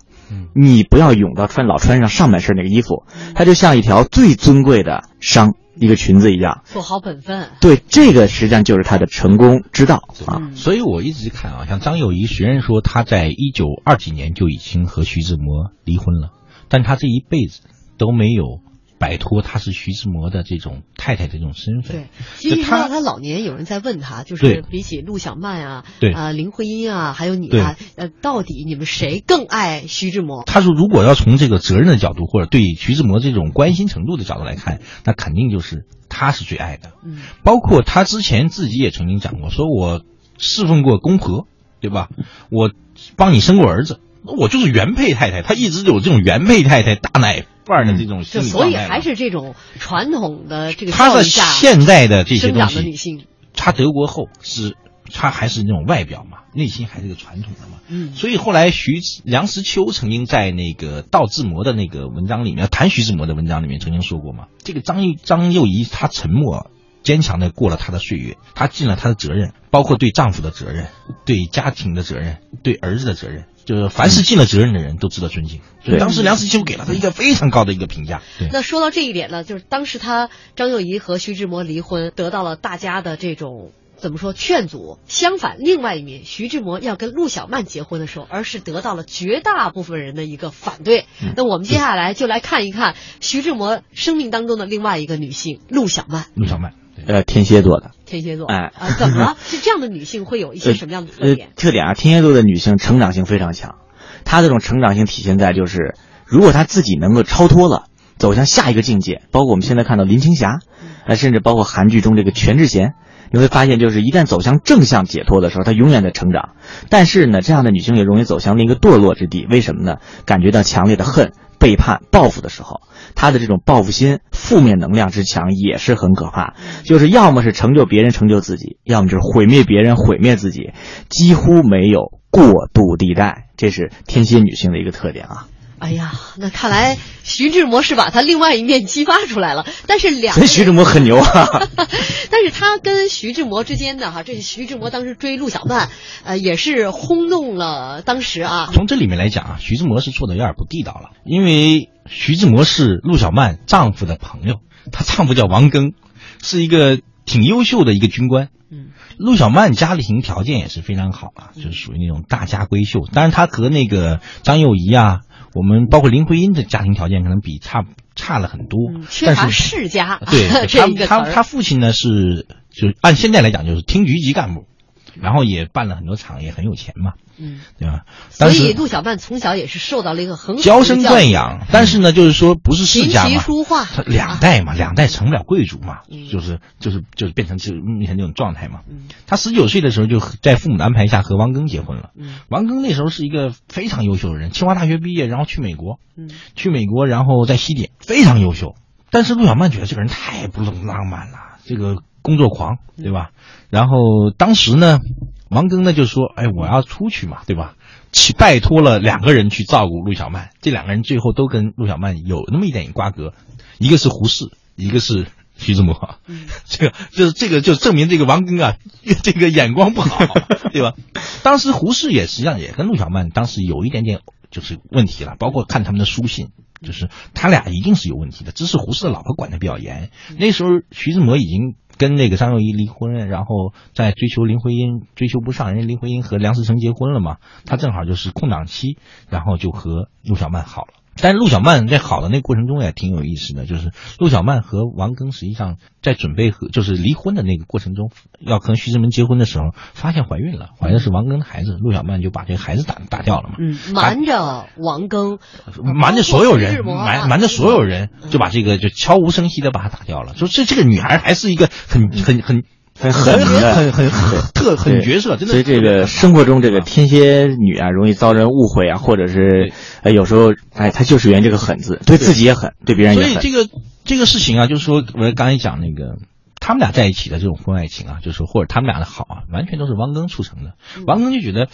Speaker 3: 你不要涌到穿老穿上上半身那个衣服，它就像一条最尊贵的裳。一个裙子一样。
Speaker 1: 做好本分。
Speaker 3: 对，这个实际上就是他的成功之道啊。
Speaker 1: 嗯
Speaker 2: 所以我一直看啊，像张幼仪，虽然说她在一九二几年就已经和徐志摩离婚了，但她这一辈子都没有摆脱她是徐志摩的这种太太的这种身份
Speaker 1: 对。，其实一
Speaker 2: 就
Speaker 1: 直
Speaker 2: 他
Speaker 1: 到他老年，有人在问他，就
Speaker 2: 对
Speaker 1: 是比起陆小曼啊，
Speaker 2: 对
Speaker 1: 啊、林徽因啊，还有你啊，呃，到底你们谁更爱徐志摩？
Speaker 2: 他说，如果要从这个责任的角度，或者对徐志摩这种关心程度的角度来看，那肯定就是他是最爱的。
Speaker 1: 嗯，
Speaker 2: 包括他之前自己也曾经讲过，说我侍奉过公婆，对吧？我帮你生过儿子，我就是原配太太。他一直有这种原配太太大奶范儿的这种
Speaker 1: 嗯就
Speaker 2: 心理
Speaker 1: 所
Speaker 2: 状
Speaker 1: 以
Speaker 2: 态嘛。
Speaker 1: 还是这种传统的这个
Speaker 2: 他
Speaker 1: 教育
Speaker 2: 在
Speaker 1: 下
Speaker 2: 现代的这些
Speaker 1: 生
Speaker 2: 东
Speaker 1: 长的女
Speaker 2: 西，
Speaker 1: 性，
Speaker 2: 他德国后是他还是那种外表嘛，内心还是个传统的嘛。
Speaker 1: 嗯，
Speaker 2: 所以后来徐梁实秋曾经在那个道志摩的那个文章里面谈徐志摩的文章里面曾经说过嘛，这个张幼张幼仪她沉默坚强的过了她的岁月，她尽了她的责任，包括对丈夫的责任、对家庭的责任、对儿子的责任。就是凡是尽了责任的人都值得尊敬。所以
Speaker 3: 对
Speaker 2: 当时梁实秋给了她一个非常高的一个评价。对，
Speaker 1: 那说到这一点呢，就是当时他张幼仪和徐志摩离婚，得到了大家的这种。怎么说劝阻？相反，另外一面，徐志摩要跟陆小曼结婚的时候，而是得到了绝大部分人的一个反对。
Speaker 3: 嗯
Speaker 1: 那我们接下来就来看一看徐志摩生命当中的另外一个女性陆小曼，
Speaker 2: 陆小曼，对
Speaker 3: 呃，天蝎座的。
Speaker 1: 天蝎座。
Speaker 3: 哎
Speaker 1: 啊，怎么了？是这样的女性会有一些什么样的特点
Speaker 3: 呃？特点啊，天蝎座的女性成长性非常强，她这种成长性体现在就是，如果她自己能够超脱了，走向下一个境界，包括我们现在看到林青霞，
Speaker 1: 嗯
Speaker 3: 呃，甚至包括韩剧中这个全智贤。你会发现，就是一旦走向正向解脱的时候，她永远在成长。但是呢，这样的女性也容易走向另一个堕落之地。为什么呢？感觉到强烈的恨、背叛、报复的时候，她的这种报复心、负面能量之强也是很可怕。就是要么是成就别人、成就自己，要么就是毁灭别人、毁灭自己，几乎没有过渡地带。这是天蝎女性的一个特点啊。
Speaker 1: 哎呀，那看来徐志摩是把他另外一面激发出来了。但是两
Speaker 3: 所以徐志摩很牛啊。
Speaker 1: 但是他跟徐志摩之间的哈，这是徐志摩当时追陆小曼，呃，也是轰动了当时啊。
Speaker 2: 从这里面来讲啊，徐志摩是做的有点不地道了，因为徐志摩是陆小曼丈夫的朋友，她丈夫叫王庚，是一个挺优秀的一个军官。
Speaker 1: 嗯，
Speaker 2: 陆小曼家庭条件也是非常好啊，就是属于那种大家闺秀。当然，她和那个张幼仪啊，我们包括林徽因的家庭条件可能比差差了很多，
Speaker 1: 嗯，缺乏
Speaker 2: 但是
Speaker 1: 世家，，
Speaker 2: 对
Speaker 1: 这一个
Speaker 2: 他
Speaker 1: 词
Speaker 2: 他他
Speaker 1: 儿。
Speaker 2: 父亲呢是就是按现在来讲就是厅局级干部，然后也办了很多厂，也很有钱嘛，
Speaker 1: 嗯，
Speaker 2: 对吧？
Speaker 1: 所
Speaker 2: 但
Speaker 1: 以
Speaker 2: 是
Speaker 1: 陆小曼从小也是受到了一个很好的
Speaker 2: 娇生惯
Speaker 1: 育，嗯
Speaker 2: 养，但是呢，就是说不是世家
Speaker 1: 琴棋
Speaker 2: 嘛，
Speaker 1: 书画
Speaker 2: 他两代嘛，两代成不了贵族嘛
Speaker 1: 嗯，
Speaker 2: 就是就是就是变成就是目前这种状态嘛
Speaker 1: 嗯。
Speaker 2: 他十九岁的时候就在父母的安排下和王庚结婚了
Speaker 1: 嗯。
Speaker 2: 王庚那时候是一个非常优秀的人，清华大学毕业，然后去美国，
Speaker 1: 嗯
Speaker 2: 去美国，然后在西点非常优秀。但是陆小曼觉得这个人太不浪漫了，这个工作狂，对吧？然后当时呢，王庚呢就说：“哎，我要出去嘛，对吧？”去拜托了两个人去照顾陆小曼，这两个人最后都跟陆小曼有那么一点瓜葛，一个是胡适，一个是徐志摩。 这个就是这个就证明这个王庚啊， 这个眼光不好， 对吧？当时胡适也实际上也跟陆小曼当时有一点点就是问题了，包括看他们的书信，就是他俩一定是有问题的。只是胡适的老婆管得比较严，那时候徐志摩已经。跟那个张幼仪离婚，然后再追求林徽因，追求不上，人家林徽因和梁思成结婚了嘛，他正好就是空档期，然后就和陆小曼好了。但是陆小曼在好的那过程中也挺有意思的，就是陆小曼和王庚实际上在准备和就是离婚的那个过程中，要跟徐志摩结婚的时候，发现怀孕了，怀的是王庚的孩子，陆小曼就把这个孩子打打掉了嘛，
Speaker 1: 嗯，瞒着王庚，
Speaker 2: 瞒着所有
Speaker 1: 包括徐志
Speaker 2: 人，
Speaker 1: 摩啊
Speaker 2: 瞒瞒着所有人
Speaker 1: 嗯
Speaker 2: 就把这个就悄无声息的把她打掉了，说这这个女孩还是一个很很很
Speaker 3: 很
Speaker 2: 很
Speaker 3: 狠的
Speaker 2: 很很很特很
Speaker 3: 对
Speaker 2: 角色，真的
Speaker 3: 所以
Speaker 2: 是
Speaker 3: 这
Speaker 2: 特别
Speaker 3: 个
Speaker 2: 狠
Speaker 3: 生活中这个天蝎女啊，容易遭人误会啊，或者是，呃，有时候，哎，她就是源于这个狠字，对自己也狠，对别人也
Speaker 2: 所
Speaker 3: 狠。
Speaker 2: 以这个这个事情啊，就是说我刚才讲那个。他们俩在一起的这种婚外情啊，就是说或者他们俩的好啊，完全都是王庚促成的。王庚就觉得，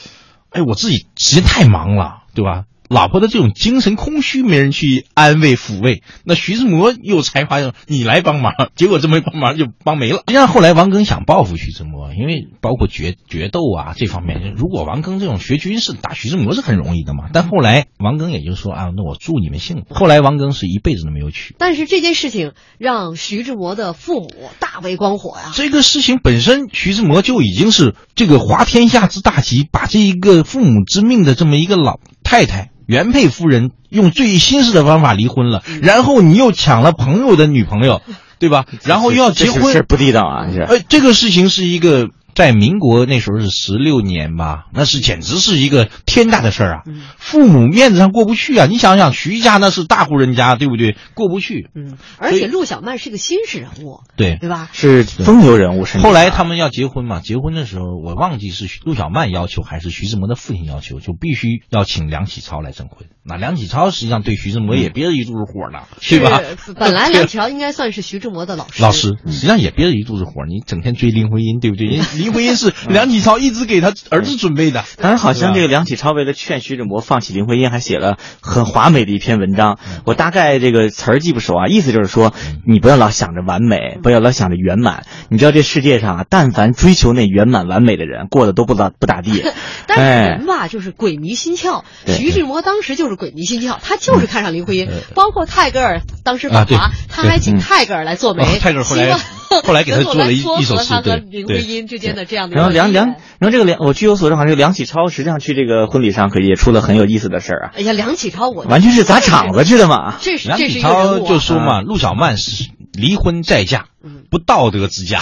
Speaker 2: 哎，我自己时间太忙了，对吧？老婆的这种精神空虚没人去安慰抚慰，那徐志摩又才华，你来帮忙， 结果这么一帮忙就帮没了。实际上后来王庚想报复徐志摩，因为包括决决斗啊这方面，如果王庚这种学军事打徐志摩是很容易的嘛。但后来王庚也就说啊，那我祝你们幸福。后来王庚是一辈子都没有娶。
Speaker 1: 但是这件事情让徐志摩的父母大为光火呀、啊。
Speaker 2: 这个事情本身，徐志摩就已经是这个滑天下之大稽，把这一个父母之命的这么一个老太太。原配夫人用最新式的方法离婚了，
Speaker 3: 嗯
Speaker 2: 然后你又抢了朋友的女朋友，对吧？然后又要结婚，
Speaker 3: 这不地道啊！是，
Speaker 2: 呃，这个事情是一个在民国那时候是十六年吧，那是简直是一个天大的事儿啊！
Speaker 3: 嗯
Speaker 2: 父母面子上过不去啊！你想想，徐家那是大户人家，对不对？过不去。
Speaker 1: 嗯，而且陆小曼是个新式人物，
Speaker 2: 对
Speaker 1: 对吧？
Speaker 3: 是风流人物。啊是。
Speaker 2: 后来他们要结婚嘛，结婚的时候我忘记是陆小曼要求还是徐志摩的父亲要求，就必须要请梁启超来证婚。那梁启超实际上对徐志摩也憋着一肚子火呢， 对吧？
Speaker 1: 本来梁启超嗯应该算是徐志摩的老师，
Speaker 2: 老师实际上也憋着一肚子火。你整天追林徽因，对不对？ 人林徽因是梁启超一直给他儿子准备的。
Speaker 3: 当然，好像这个梁启超为了劝徐志摩放弃林徽因，还写了很华美的一篇文章。
Speaker 2: 嗯
Speaker 3: 我大概这个词儿记不熟啊，意思就是说，你不要老想着完美，不要老想着圆满。你知道这世界上啊，但凡追求那圆满完美的人，过得都不咋不咋 地。哎
Speaker 1: 但是
Speaker 2: 哎
Speaker 1: 人吧，就是鬼迷心窍。徐志摩当时就是。鬼迷心窍，他就是看上林徽
Speaker 2: 嗯
Speaker 1: 因，包括泰戈尔当
Speaker 2: 啊
Speaker 1: 时访华，他还请泰戈尔来做媒，
Speaker 2: 泰戈尔后来 后来 给他做了一一首诗，
Speaker 1: 他和林徽因之间的这样的。
Speaker 3: 然后梁梁，然后这个梁，我据有所知，好像这个梁启超实际上去这个婚礼上可也出了很有意思的事儿啊。
Speaker 1: 哎呀，梁启超我
Speaker 3: 完全是砸场子去的嘛。
Speaker 1: 这是
Speaker 2: 梁启超
Speaker 1: 啊
Speaker 2: 就说嘛，陆小曼是离婚再嫁，
Speaker 1: 嗯
Speaker 2: 不道德之家，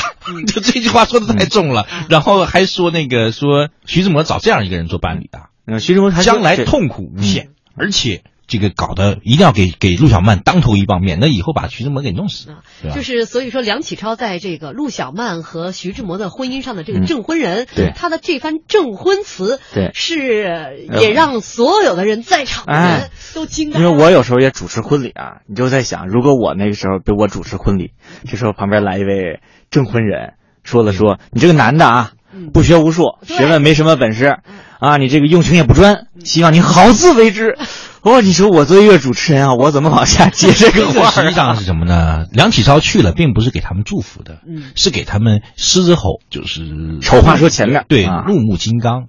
Speaker 2: 就 这句话说的太重了。
Speaker 1: 嗯
Speaker 2: 然后还说那个说徐志摩找这样一个人做伴侣啊，
Speaker 3: 嗯徐志摩
Speaker 2: 将来痛苦无
Speaker 3: 嗯
Speaker 2: 限。而且这个搞得一定要给给陆小曼当头一棒，免得以后把徐志摩给弄死。
Speaker 1: 就是所以说，梁启超在这个陆小曼和徐志摩的婚姻上的这个证婚人，嗯、
Speaker 3: 对
Speaker 1: 他的这番证婚词，
Speaker 3: 对
Speaker 1: 是也让所有的人在场的人都惊呆、
Speaker 3: 哎。因为我有时候也主持婚礼啊，你就在想，如果我那个时候，比如我主持婚礼，这时候旁边来一位证婚人，说了说，你这个男的啊。不学无术，学问没什么本事，啊，你这个用情也不专，希望你好自为之。哦，你说我作为一个主持人啊，我怎么往下接这个话、啊？
Speaker 2: 实际上是什么呢？梁启超去了，并不是给他们祝福的，嗯、是给他们狮子吼，就是
Speaker 3: 丑话说前面啊
Speaker 2: 对，怒目金刚。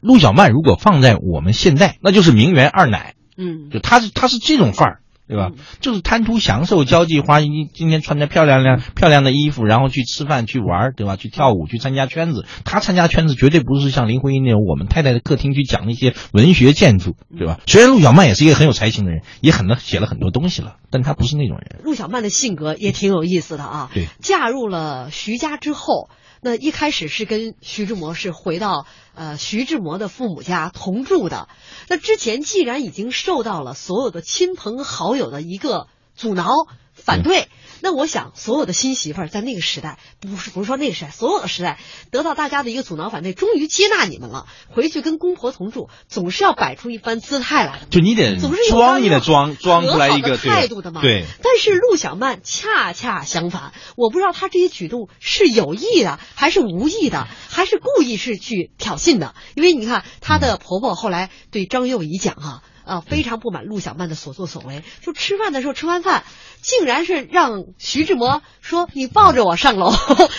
Speaker 2: 陆小曼如果放在我们现在，那就是名媛二奶，
Speaker 1: 嗯，
Speaker 2: 就她是她是这种范儿。对吧？就是贪图享受、交际花，今今天穿着漂亮亮、漂亮的衣服，然后去吃饭、去玩，对吧？去跳舞、去参加圈子。他参加圈子绝对不是像林徽因那种我们太太的客厅去讲那些文学建筑，对吧？虽然陆小曼也是一个很有才情的人，也很能写了很多东西了，但她不是那种人。
Speaker 1: 陆小曼的性格也挺有意思的啊。
Speaker 2: 对，
Speaker 1: 嫁入了徐家之后，那一开始是跟徐志摩是回到。呃，徐志摩的父母家同住的，那之前既然已经受到了所有的亲朋好友的一个阻挠反对，嗯、那我想所有的新媳妇儿在那个时代，不是不是说那个时代，所有的时代得到大家的一个阻挠反对，终于接纳你们了，回去跟公婆同住，总是要摆出一番姿态来的。
Speaker 2: 就你得
Speaker 1: 总是
Speaker 2: 装，你得装装出来一个
Speaker 1: 态度的嘛。
Speaker 2: 对。
Speaker 1: 但是陆小曼恰恰相反，我不知道她这些举动是有意的还是无意的。还是故意是去挑衅的，因为你看她的婆婆后来对张幼仪讲哈、啊、啊，非常不满陆小曼的所作所为，说吃饭的时候吃完饭，竟然是让徐志摩说你抱着我上楼，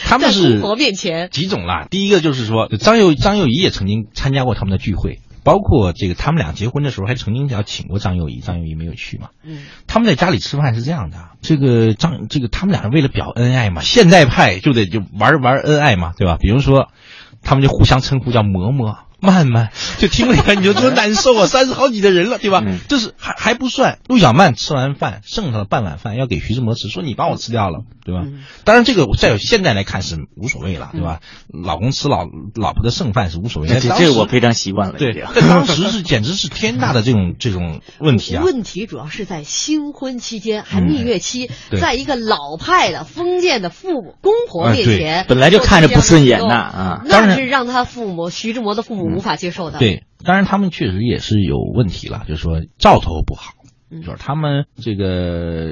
Speaker 2: 他们是
Speaker 1: 婆面前
Speaker 2: 几种啦，第一个就是说张幼张幼仪也曾经参加过他们的聚会。包括这个，他们俩结婚的时候还曾经要请过张幼仪，张幼仪没有去嘛。
Speaker 1: 嗯，
Speaker 2: 他们在家里吃饭是这样的，啊这个张这个他们俩为了表恩爱嘛，现代派就得就玩玩恩爱嘛，对吧？比如说，他们就互相称呼叫嬷嬷、曼曼，就听了你就多 难受啊！三十好几的人了，对吧？嗯、这是还还不算，陆小曼吃完饭剩下的半碗饭要给徐志摩吃，说你帮我吃掉了，对吧？嗯、当然这个在现在来看是无所谓了，对吧？嗯、老公吃老老婆的剩饭是无所谓的，
Speaker 3: 这这我非常习惯了。
Speaker 2: 对，但当时是简直是天大的这种这种问题啊！
Speaker 1: 问题主要是在新婚期间，还蜜月
Speaker 2: 嗯
Speaker 1: 期，在一个老派的封建的父母公婆面
Speaker 2: 哎
Speaker 1: 前，
Speaker 3: 本来就看着不顺眼呐啊！
Speaker 1: 那是让他父母徐志摩的父母。无法接受的，
Speaker 2: 对，当然他们确实也是有问题了，就
Speaker 1: 嗯
Speaker 2: 是说兆头不好，就是他们这个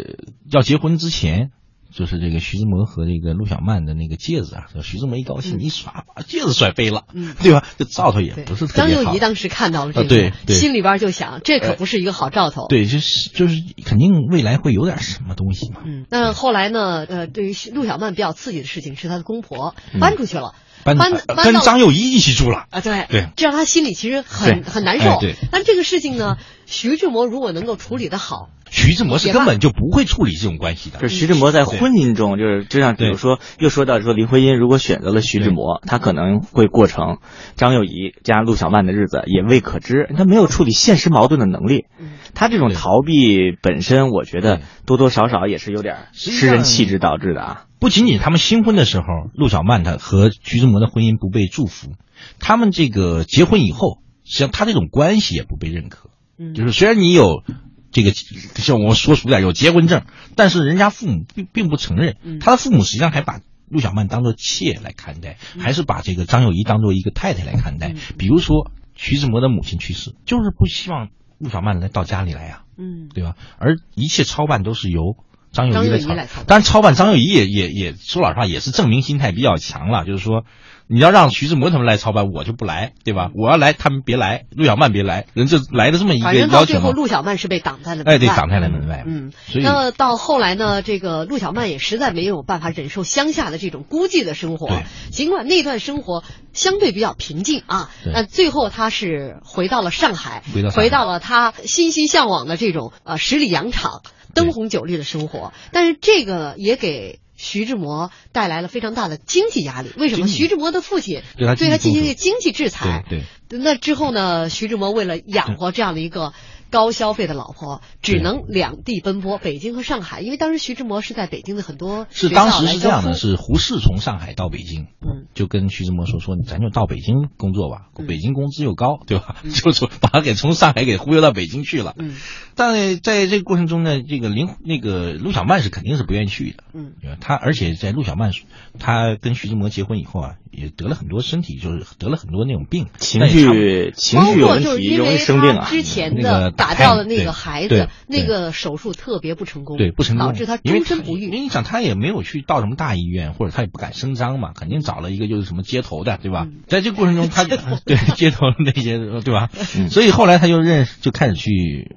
Speaker 2: 要结婚之前，就是这个徐志摩和这个陆小曼的那个戒指啊，徐志摩一高
Speaker 1: 嗯
Speaker 2: 兴一耍，把戒指甩飞了，对吧？这兆头也不是特
Speaker 1: 张
Speaker 2: 别好。
Speaker 1: 幼仪当时看到了这个，
Speaker 2: 啊对对
Speaker 1: 心里边就想，这可不是一个好兆头。
Speaker 2: 对，就是就是肯定未来会有点什么东西嘛。
Speaker 1: 嗯，那后来呢？呃，对于陆小曼比较刺激的事情是她的公婆
Speaker 2: 嗯
Speaker 1: 搬出去了，
Speaker 2: 搬
Speaker 1: 搬
Speaker 2: 呃
Speaker 1: 搬
Speaker 2: 跟
Speaker 1: 到
Speaker 2: 张幼仪一起住了。
Speaker 1: 啊，对
Speaker 2: 对
Speaker 1: 这让他心里其实很
Speaker 2: 对
Speaker 1: 很难受
Speaker 2: 哎。对
Speaker 1: 但这个事情呢，徐志摩如果能够处理得好，
Speaker 2: 徐志摩是
Speaker 1: 也罢
Speaker 2: 根本就不会处理这种关系的。
Speaker 3: 就是徐志摩在婚姻中，就是就像比如说，又说到说林徽因如果选择了徐志摩，她可能会过成张幼仪加陆小曼的日子，也未可知。她没有处理现实矛盾的能力，
Speaker 1: 嗯
Speaker 3: 她这种逃避本身，我觉得多多少少也是有点吃人气质导致的啊。
Speaker 2: 不仅仅他们新婚的时候，陆小曼她和徐志摩的婚姻不被祝福，他们这个结婚以后，实际上他这种关系也不被认可。
Speaker 1: 嗯
Speaker 2: 就是虽然你有这个，像我说俗点有结婚证，但是人家父母并并不承认，他的父母实际上还把。陆小曼当做妾来看待，还是把这个张幼仪当做一个太太来看待。比如说，徐志摩的母亲去世，就是不希望陆小曼来到家里来啊呀、
Speaker 1: 嗯，
Speaker 2: 对吧？而一切操办都是由张幼仪来
Speaker 1: 张幼
Speaker 2: 操
Speaker 1: 仪来操办
Speaker 2: 当然操办张幼仪也也也说老实话也是证明心态比较强了，就是说你要让徐志摩他们来操办，我就不来，对吧？我要来他们别来，陆小曼别来，人这来的这么一个
Speaker 1: 反正到
Speaker 2: 要
Speaker 1: 最
Speaker 2: 求
Speaker 1: 后，
Speaker 2: 嘛，
Speaker 1: 陆小曼是被挡在了门外。
Speaker 2: 哎，对，挡在了门外。
Speaker 1: 嗯，
Speaker 2: 所以
Speaker 1: 那么到后来呢，这个陆小曼也实在没有办法忍受乡下的这种孤寂的生活
Speaker 2: 对，
Speaker 1: 尽管那段生活相对比较平静啊，
Speaker 2: 对
Speaker 1: 那最后她是回到了上海，
Speaker 2: 回到上海
Speaker 1: 了她欣欣向往的这种呃十里洋场、灯红酒绿的生活，但是这个也给。徐志摩带来了非常大的经济压力，为什么？
Speaker 2: 经济
Speaker 1: 徐志摩的父亲
Speaker 2: 对他
Speaker 1: 对他进行
Speaker 2: 经济控
Speaker 1: 了经济制裁，
Speaker 2: 对对。
Speaker 1: 那之后呢，徐志摩为了养活这样的一个高消费的老婆，只能两地奔波，北京和上海。因为当时徐志摩是在北京的很多
Speaker 2: 是
Speaker 1: 学校
Speaker 2: 当时是
Speaker 1: 来
Speaker 2: 这样的，
Speaker 1: 教书
Speaker 2: 是胡适从上海到北京，
Speaker 1: 嗯，
Speaker 2: 就跟徐志摩说说，咱就到北京工作吧，北京工资又高，对吧？ 就从把他给从上海给忽悠到北京去了。
Speaker 1: 嗯，
Speaker 2: 但在这个过程中呢，这个林那个陆小曼是肯定是不愿意去的，
Speaker 1: 嗯，
Speaker 2: 他而且在陆小曼她跟徐志摩结婚以后啊，也得了很多身体就是得了很多那种病，
Speaker 3: 情
Speaker 2: 但也差
Speaker 3: 绪情
Speaker 2: 不多
Speaker 3: 绪有
Speaker 1: 包括
Speaker 3: 问
Speaker 1: 就是
Speaker 3: 题，
Speaker 1: 因
Speaker 3: 容易
Speaker 1: 为
Speaker 3: 生病
Speaker 1: 他
Speaker 3: 啊。
Speaker 1: 之前
Speaker 2: 那个
Speaker 1: 的打
Speaker 2: 打
Speaker 1: 掉
Speaker 2: 胎
Speaker 1: 的那
Speaker 2: 对
Speaker 1: 个孩
Speaker 2: 对
Speaker 1: 子，那
Speaker 2: 对
Speaker 1: 个手术特别不成功，
Speaker 2: 对，不成功，
Speaker 1: 导致他
Speaker 2: 因为
Speaker 1: 终身不
Speaker 2: 因
Speaker 1: 育。
Speaker 2: 为你想，他也没有去到什么大医院，或者他也不敢声张嘛，肯定找了一个就是什么街头的，对吧？
Speaker 1: 嗯
Speaker 2: 在这个过程中他， 对街头那些，对吧？
Speaker 1: 嗯
Speaker 2: 所以后来他就认识，就开始去，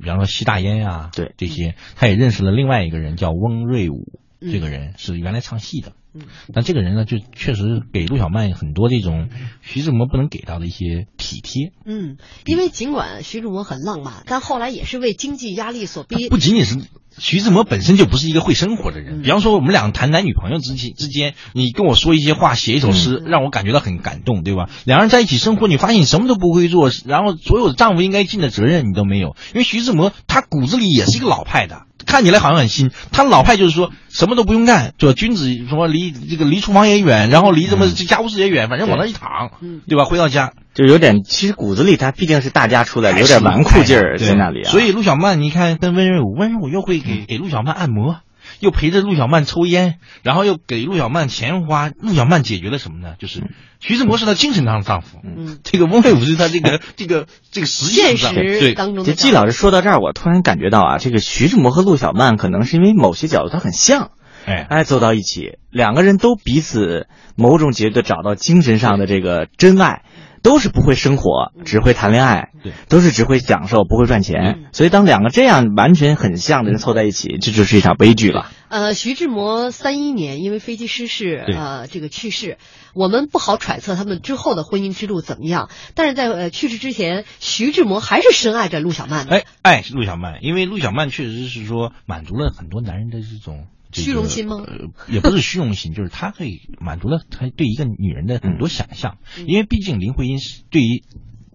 Speaker 2: 比方说吸大烟呀、
Speaker 3: 对
Speaker 2: 这些，他也认识了另外一个人叫翁瑞武，
Speaker 1: 嗯
Speaker 2: 这个人是原来唱戏的。
Speaker 1: 嗯
Speaker 2: 但这个人呢，就确实给陆小曼很多这种徐志摩不能给到的一些体贴，
Speaker 1: 嗯，因为尽管徐志摩很浪漫，但后来也是为经济压力所逼
Speaker 2: 不。仅仅是徐志摩本身就不是一个会生活的人。比方说，我们俩谈男女朋友之间之间，你跟我说一些话，写一首诗，让我感觉到很感动，对吧？两人在一起生活，你发现你什么都不会做，然后所有丈夫应该尽的责任你都没有。因为徐志摩他骨子里也是一个老派的。看起来好像很新，他老派就是说什么都不用干，就君子什么离这个离厨房也远，然后离什么家务事也远，反正往那一躺，对吧？回到家，
Speaker 3: 就有点，其实骨子里他毕竟是大家出来的，有点纨绔劲儿
Speaker 2: 哎对
Speaker 3: 在那里啊。嗯
Speaker 2: 所以陆小曼，你看跟温瑞武，温瑞武又会给给陆小曼按摩，又陪着陆小曼抽烟，然后又给陆小曼钱花。陆小曼解决了什么呢？
Speaker 3: 嗯
Speaker 2: 就是徐志摩是她精神上的丈夫，
Speaker 1: 嗯
Speaker 2: 这个温瑞武是她这 个这个这个实际上的丈夫
Speaker 1: 现实
Speaker 2: 对
Speaker 1: 当中的
Speaker 3: 就季老师说到这儿，我突然感觉到啊，这个徐志摩和陆小曼可能是因为某些角度他很像，
Speaker 2: 哎。
Speaker 3: 哎，走到一起，两个人都彼此某种节度找到精神上的这个真爱，都是不会生活，只会谈恋爱，
Speaker 2: 对，嗯
Speaker 3: 都是只会享受，不会赚钱。所以当两个这样完全很像的人凑在一起，这就是一场悲剧了。
Speaker 1: 呃，徐志摩三一年因为飞机失事，
Speaker 2: 对
Speaker 1: 呃，这个去世，我们不好揣测他们之后的婚姻之路怎么样。但是在呃去世之前，徐志摩还是深爱着陆小曼的。
Speaker 2: 哎，爱陆小曼，因为陆小曼确实是说满足了很多男人的这种、这个
Speaker 1: 虚荣心吗
Speaker 2: 呃也不是虚荣心，就是他可以满足了他对一个女人的很
Speaker 3: 嗯
Speaker 2: 多想象，
Speaker 1: 嗯
Speaker 2: 因为毕竟林徽因是对于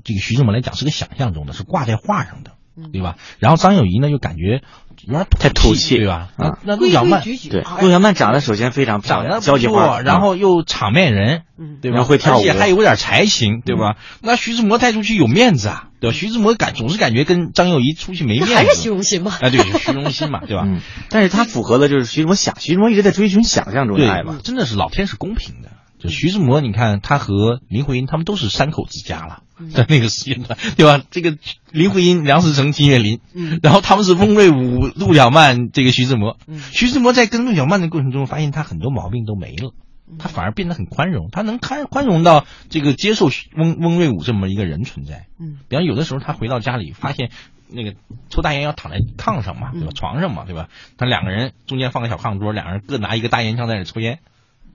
Speaker 2: 这个徐志摩来讲是个想象中的，是挂在画上的。
Speaker 1: 嗯
Speaker 2: 对吧？然后张幼仪呢，又感觉有点
Speaker 3: 太土气
Speaker 2: 气，对吧？
Speaker 3: 啊
Speaker 2: 那那陆
Speaker 1: 规
Speaker 2: 小
Speaker 1: 规
Speaker 2: 曼
Speaker 1: 矩矩
Speaker 3: 对
Speaker 1: 啊，，
Speaker 3: 陆小曼长得首先非常漂
Speaker 2: 长得
Speaker 3: 亮，
Speaker 2: 不
Speaker 3: 交际花嗯
Speaker 2: 错，，然后又场面人，
Speaker 1: 嗯
Speaker 2: 对
Speaker 3: 然
Speaker 2: 吧？
Speaker 3: 后会跳舞嗯
Speaker 2: 而且还有点才情，对吧？那徐志摩带出去有面子啊，对吧？徐志摩感总是感觉跟张幼仪出去没
Speaker 1: 那
Speaker 2: 面子，
Speaker 1: 还是虚荣心 吧？
Speaker 2: 啊，对，虚荣心嘛，对吧？
Speaker 3: 嗯，但是他符合了就是徐志摩想，徐志摩一直在追寻想象中的爱嘛。
Speaker 2: 对，真的是老天是公平的。就徐志摩，你看他和林徽因他们都是三口之家了，在那个时间段，对吧？这个林徽因、梁思成、金岳霖，
Speaker 1: 嗯
Speaker 2: 然后他们是翁瑞武、陆小曼，这个徐志摩。徐志摩在跟陆小曼的过程中，发现他很多毛病都没了，他反而变得很宽容，他能宽宽容到这个接受翁翁瑞武这么一个人存在。嗯，比方有的时候他回到家里，发现那个抽大烟要躺在炕上嘛，对吧？床上嘛，对吧？他两个人中间放个小炕桌，两人各拿一个大烟枪在那抽烟。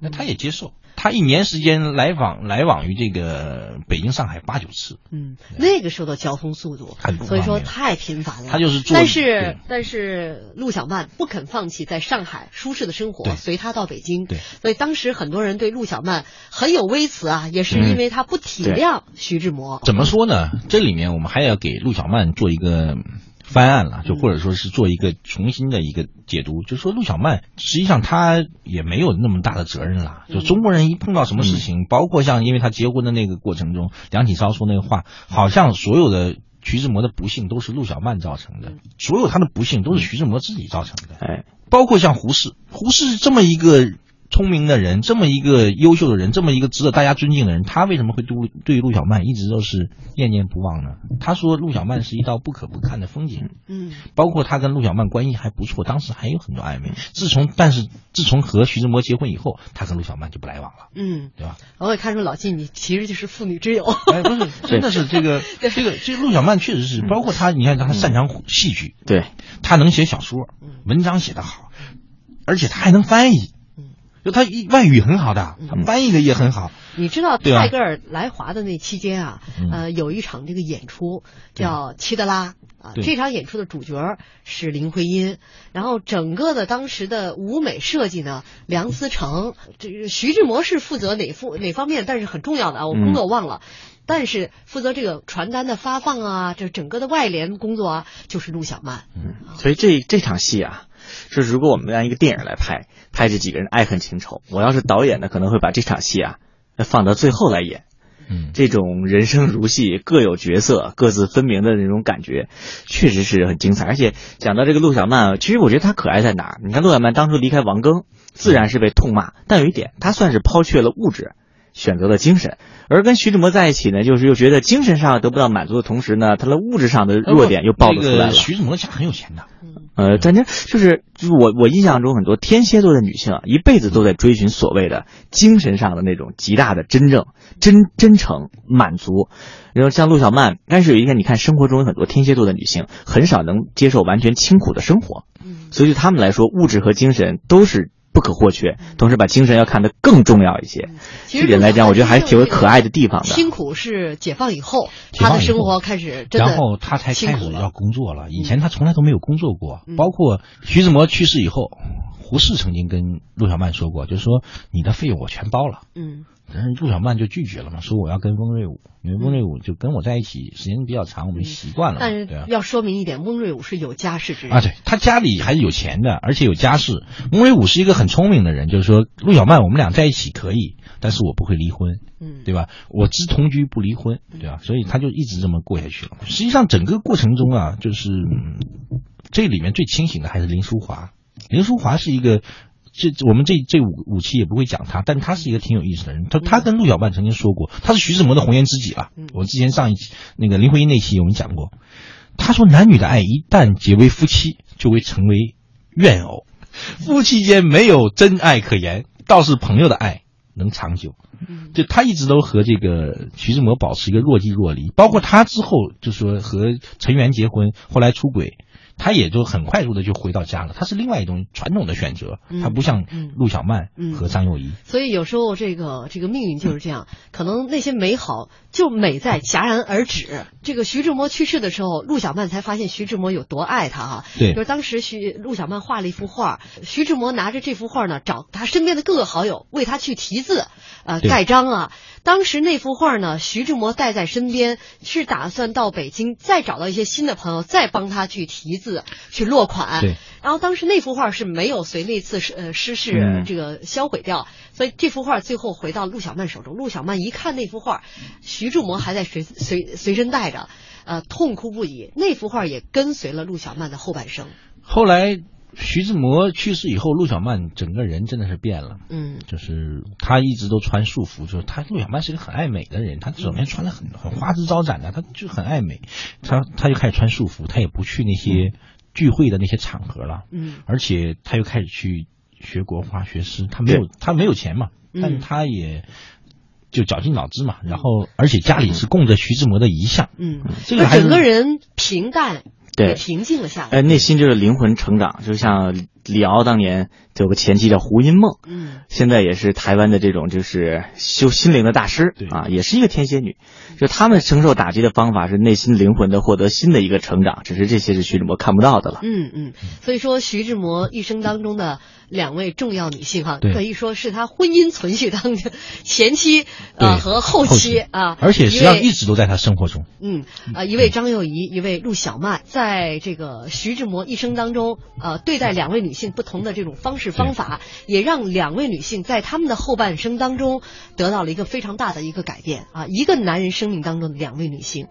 Speaker 2: 那他也接受，他一年时间来往来往于这个北京、上海八九次。
Speaker 1: 嗯，那个时候的交通速度，所以说太频繁了。
Speaker 2: 他就是
Speaker 1: 但是但是陆小曼不肯放弃在上海舒适的生活，随他到北京。
Speaker 2: 对，
Speaker 1: 所以当时很多人对陆小曼很有微词啊，也是因为他不体谅徐志摩。
Speaker 2: 怎么说呢？嗯这里面我们还要给陆小曼做一个。翻案了，就或者说是做一个重新的一个解读，就说陆小曼实际上她也没有那么大的责任了。就中国人一碰到什么事情，包括像因为她结婚的那个过程中，梁启超说那个话，好像所有的徐志摩的不幸都是陆小曼造成的，所有他的不幸都是徐志摩自己造成的。
Speaker 3: 哎，
Speaker 2: 包括像胡适，胡适这么一个。聪明的人，这么一个优秀的人，这么一个值得大家尊敬的人，他为什么会对对陆小曼一直都是念念不忘呢？他说陆小曼是一道不可不看的风景。
Speaker 1: 嗯，
Speaker 2: 包括他跟陆小曼关系还不错，当时还有很多暧昧。自从但是自从和徐志摩结婚以后，他跟陆小曼就不来往了。
Speaker 1: 嗯，
Speaker 2: 对吧？
Speaker 1: 我也看出老季你其实就是妇女之友。
Speaker 2: 哎，不是，真的是这个这个这个、陆小曼确实是，包括他，你看他擅长戏剧，
Speaker 3: 嗯、对，
Speaker 2: 他能写小说，
Speaker 1: 嗯
Speaker 2: 文章写得好，而且他还能翻译。
Speaker 1: 嗯
Speaker 2: 就他外语很好的，他翻译的也很好。
Speaker 1: 你知道泰戈尔来华的那期间啊，呃，有一场这个演出叫《七德拉》啊，这场演出的主角是林徽因，然后整个的当时的舞美设计呢，梁思成，这徐志摩是负责哪副哪方面，但是很重要的啊，我工作忘了。嗯但是负责这个传单的发放啊，这整个的外联工作啊，就是陆小曼。
Speaker 3: 嗯，所以这这场戏啊，就是如果我们按一个电影来拍，拍这几个人爱恨情仇，我要是导演呢，可能会把这场戏啊放到最后来演。
Speaker 2: 嗯，
Speaker 3: 这种人生如戏，各有角色， 各自分明的那种感觉，确实是很精彩。而且讲到这个陆小曼，啊其实我觉得她可爱在哪儿？你看陆小曼当初离开王庚，自然是被痛骂，但有一点，她算是抛却了物质。选择了精神，而跟徐志摩在一起呢，就是又觉得精神上得不到满足的同时呢，他的物质上的弱点又暴露出来了。这个、
Speaker 2: 徐志摩家很有钱的，
Speaker 1: 嗯
Speaker 3: 呃，但这就是就是我我印象中很多天蝎座的女性啊，一辈子都在追寻所谓的精神上的那种极大的真正真真诚满足。然后像陆小曼，但是有一个你看生活中有很多天蝎座的女性，很少能接受完全清苦的生活，
Speaker 1: 嗯
Speaker 3: 所以对他们来说，物质和精神都是。不可或缺，同时把精神要看得更重要一些。这点来讲，我觉得还是挺有可爱的地方的。
Speaker 1: 辛苦是解放以后，他的生活开始真的，
Speaker 2: 然后他才开始要工作
Speaker 1: 嗯
Speaker 2: 了。以前他从来都没有工作过，包括徐志摩去世以后，胡适曾经跟陆小曼说过，就是说你的费用我全包了。
Speaker 1: 嗯，
Speaker 2: 但是陆小曼就拒绝了嘛，说我要跟翁瑞武，因为翁瑞武就跟我在一起时间比较长，我们习惯了。
Speaker 1: 嗯但是要说明一点，翁瑞武是有家室之人
Speaker 2: 啊，对他家里还是有钱的，而且有家室。翁瑞武是一个很聪明的人，就是说陆小曼我们俩在一起可以，但是我不会离婚，
Speaker 1: 嗯，
Speaker 2: 对吧？我只同居不离婚，对吧？所以他就一直这么过下去了。实际上整个过程中啊，就是、嗯、这里面最清醒的还是林淑华，林淑华是一个。这我们这这五五期也不会讲他，但他是一个挺有意思的人。他他跟陆小曼曾经说过，他是徐志摩的红颜知己吧？我之前上一期那个林徽因那期我们讲过，他说男女的爱一旦结为夫妻，就会成为怨偶，夫妻间没有真爱可言，倒是朋友的爱能长久。
Speaker 1: 嗯
Speaker 2: 就他一直都和这个徐志摩保持一个若即若离，包括他之后就说和陈元结婚，后来出轨。他也就很快速的就回到家了，他是另外一种传统的选择，他不像陆小曼和张幼仪、嗯
Speaker 1: 嗯。所以有时候这个这个命运就是这样，可能那些美好就美在戛然而止。这个徐志摩去世的时候，陆小曼才发现徐志摩有多爱她哈。
Speaker 2: 对，
Speaker 1: 就是当时徐陆小曼画了一幅画，徐志摩拿着这幅画呢，找他身边的各个好友为他去题字，呃，盖章啊。当时那幅画呢，徐志摩带在身边，是打算到北京再找到一些新的朋友，再帮他去题字、去落款。
Speaker 2: 对。
Speaker 1: 然后当时那幅画是没有随那次呃失
Speaker 2: 嗯
Speaker 1: 事这个销毁掉，所以这幅画最后回到陆小曼手中。陆小曼一看那幅画，徐志摩还在随随随身带着，呃，痛哭不已。那幅画也跟随了陆小曼的后半生。
Speaker 2: 后来。徐志摩去世以后，陆小曼整个人真的是变了。
Speaker 1: 嗯，
Speaker 2: 就是她一直都穿束缚，就是她陆小曼是个很爱美的人，她整天穿的很很花枝招展的，她就很爱美。她她就开始穿束缚，她也不去那些聚会的那些场合了。
Speaker 1: 嗯，
Speaker 2: 而且她又开始去学国画、学诗。她没有她没有钱嘛，
Speaker 1: 嗯
Speaker 2: 但她也。就绞尽脑汁嘛，然后而且家里是供着徐志摩的遗像，
Speaker 1: 嗯，
Speaker 2: 这个还
Speaker 1: 整个人平淡，
Speaker 3: 对，
Speaker 1: 平静了下来。
Speaker 3: 哎、呃，内心就是灵魂成长，就像李敖当年有个前妻叫胡因梦，
Speaker 1: 嗯，
Speaker 3: 现在也是台湾的这种就是修心灵的大师，
Speaker 2: 对
Speaker 3: 啊，也是一个天蝎女。就他们承受打击的方法是内心灵魂的获得新的一个成长，只是这些是徐志摩看不到的了。
Speaker 1: 嗯嗯，所以说徐志摩一生当中的。两位重要女性哈、啊，可以说是他婚姻存续当中前妻呃和后
Speaker 2: 妻
Speaker 1: 啊，
Speaker 2: 而且实际上一直都在他生活中。
Speaker 1: 嗯啊、呃，一位张幼仪，一位陆小曼，在这个徐志摩一生当中，呃，对待两位女性不同的这种方式方法，也让两位女性在他们的后半生当中得到了一个非常大的一个改变啊，一个男人生命当中的两位女性。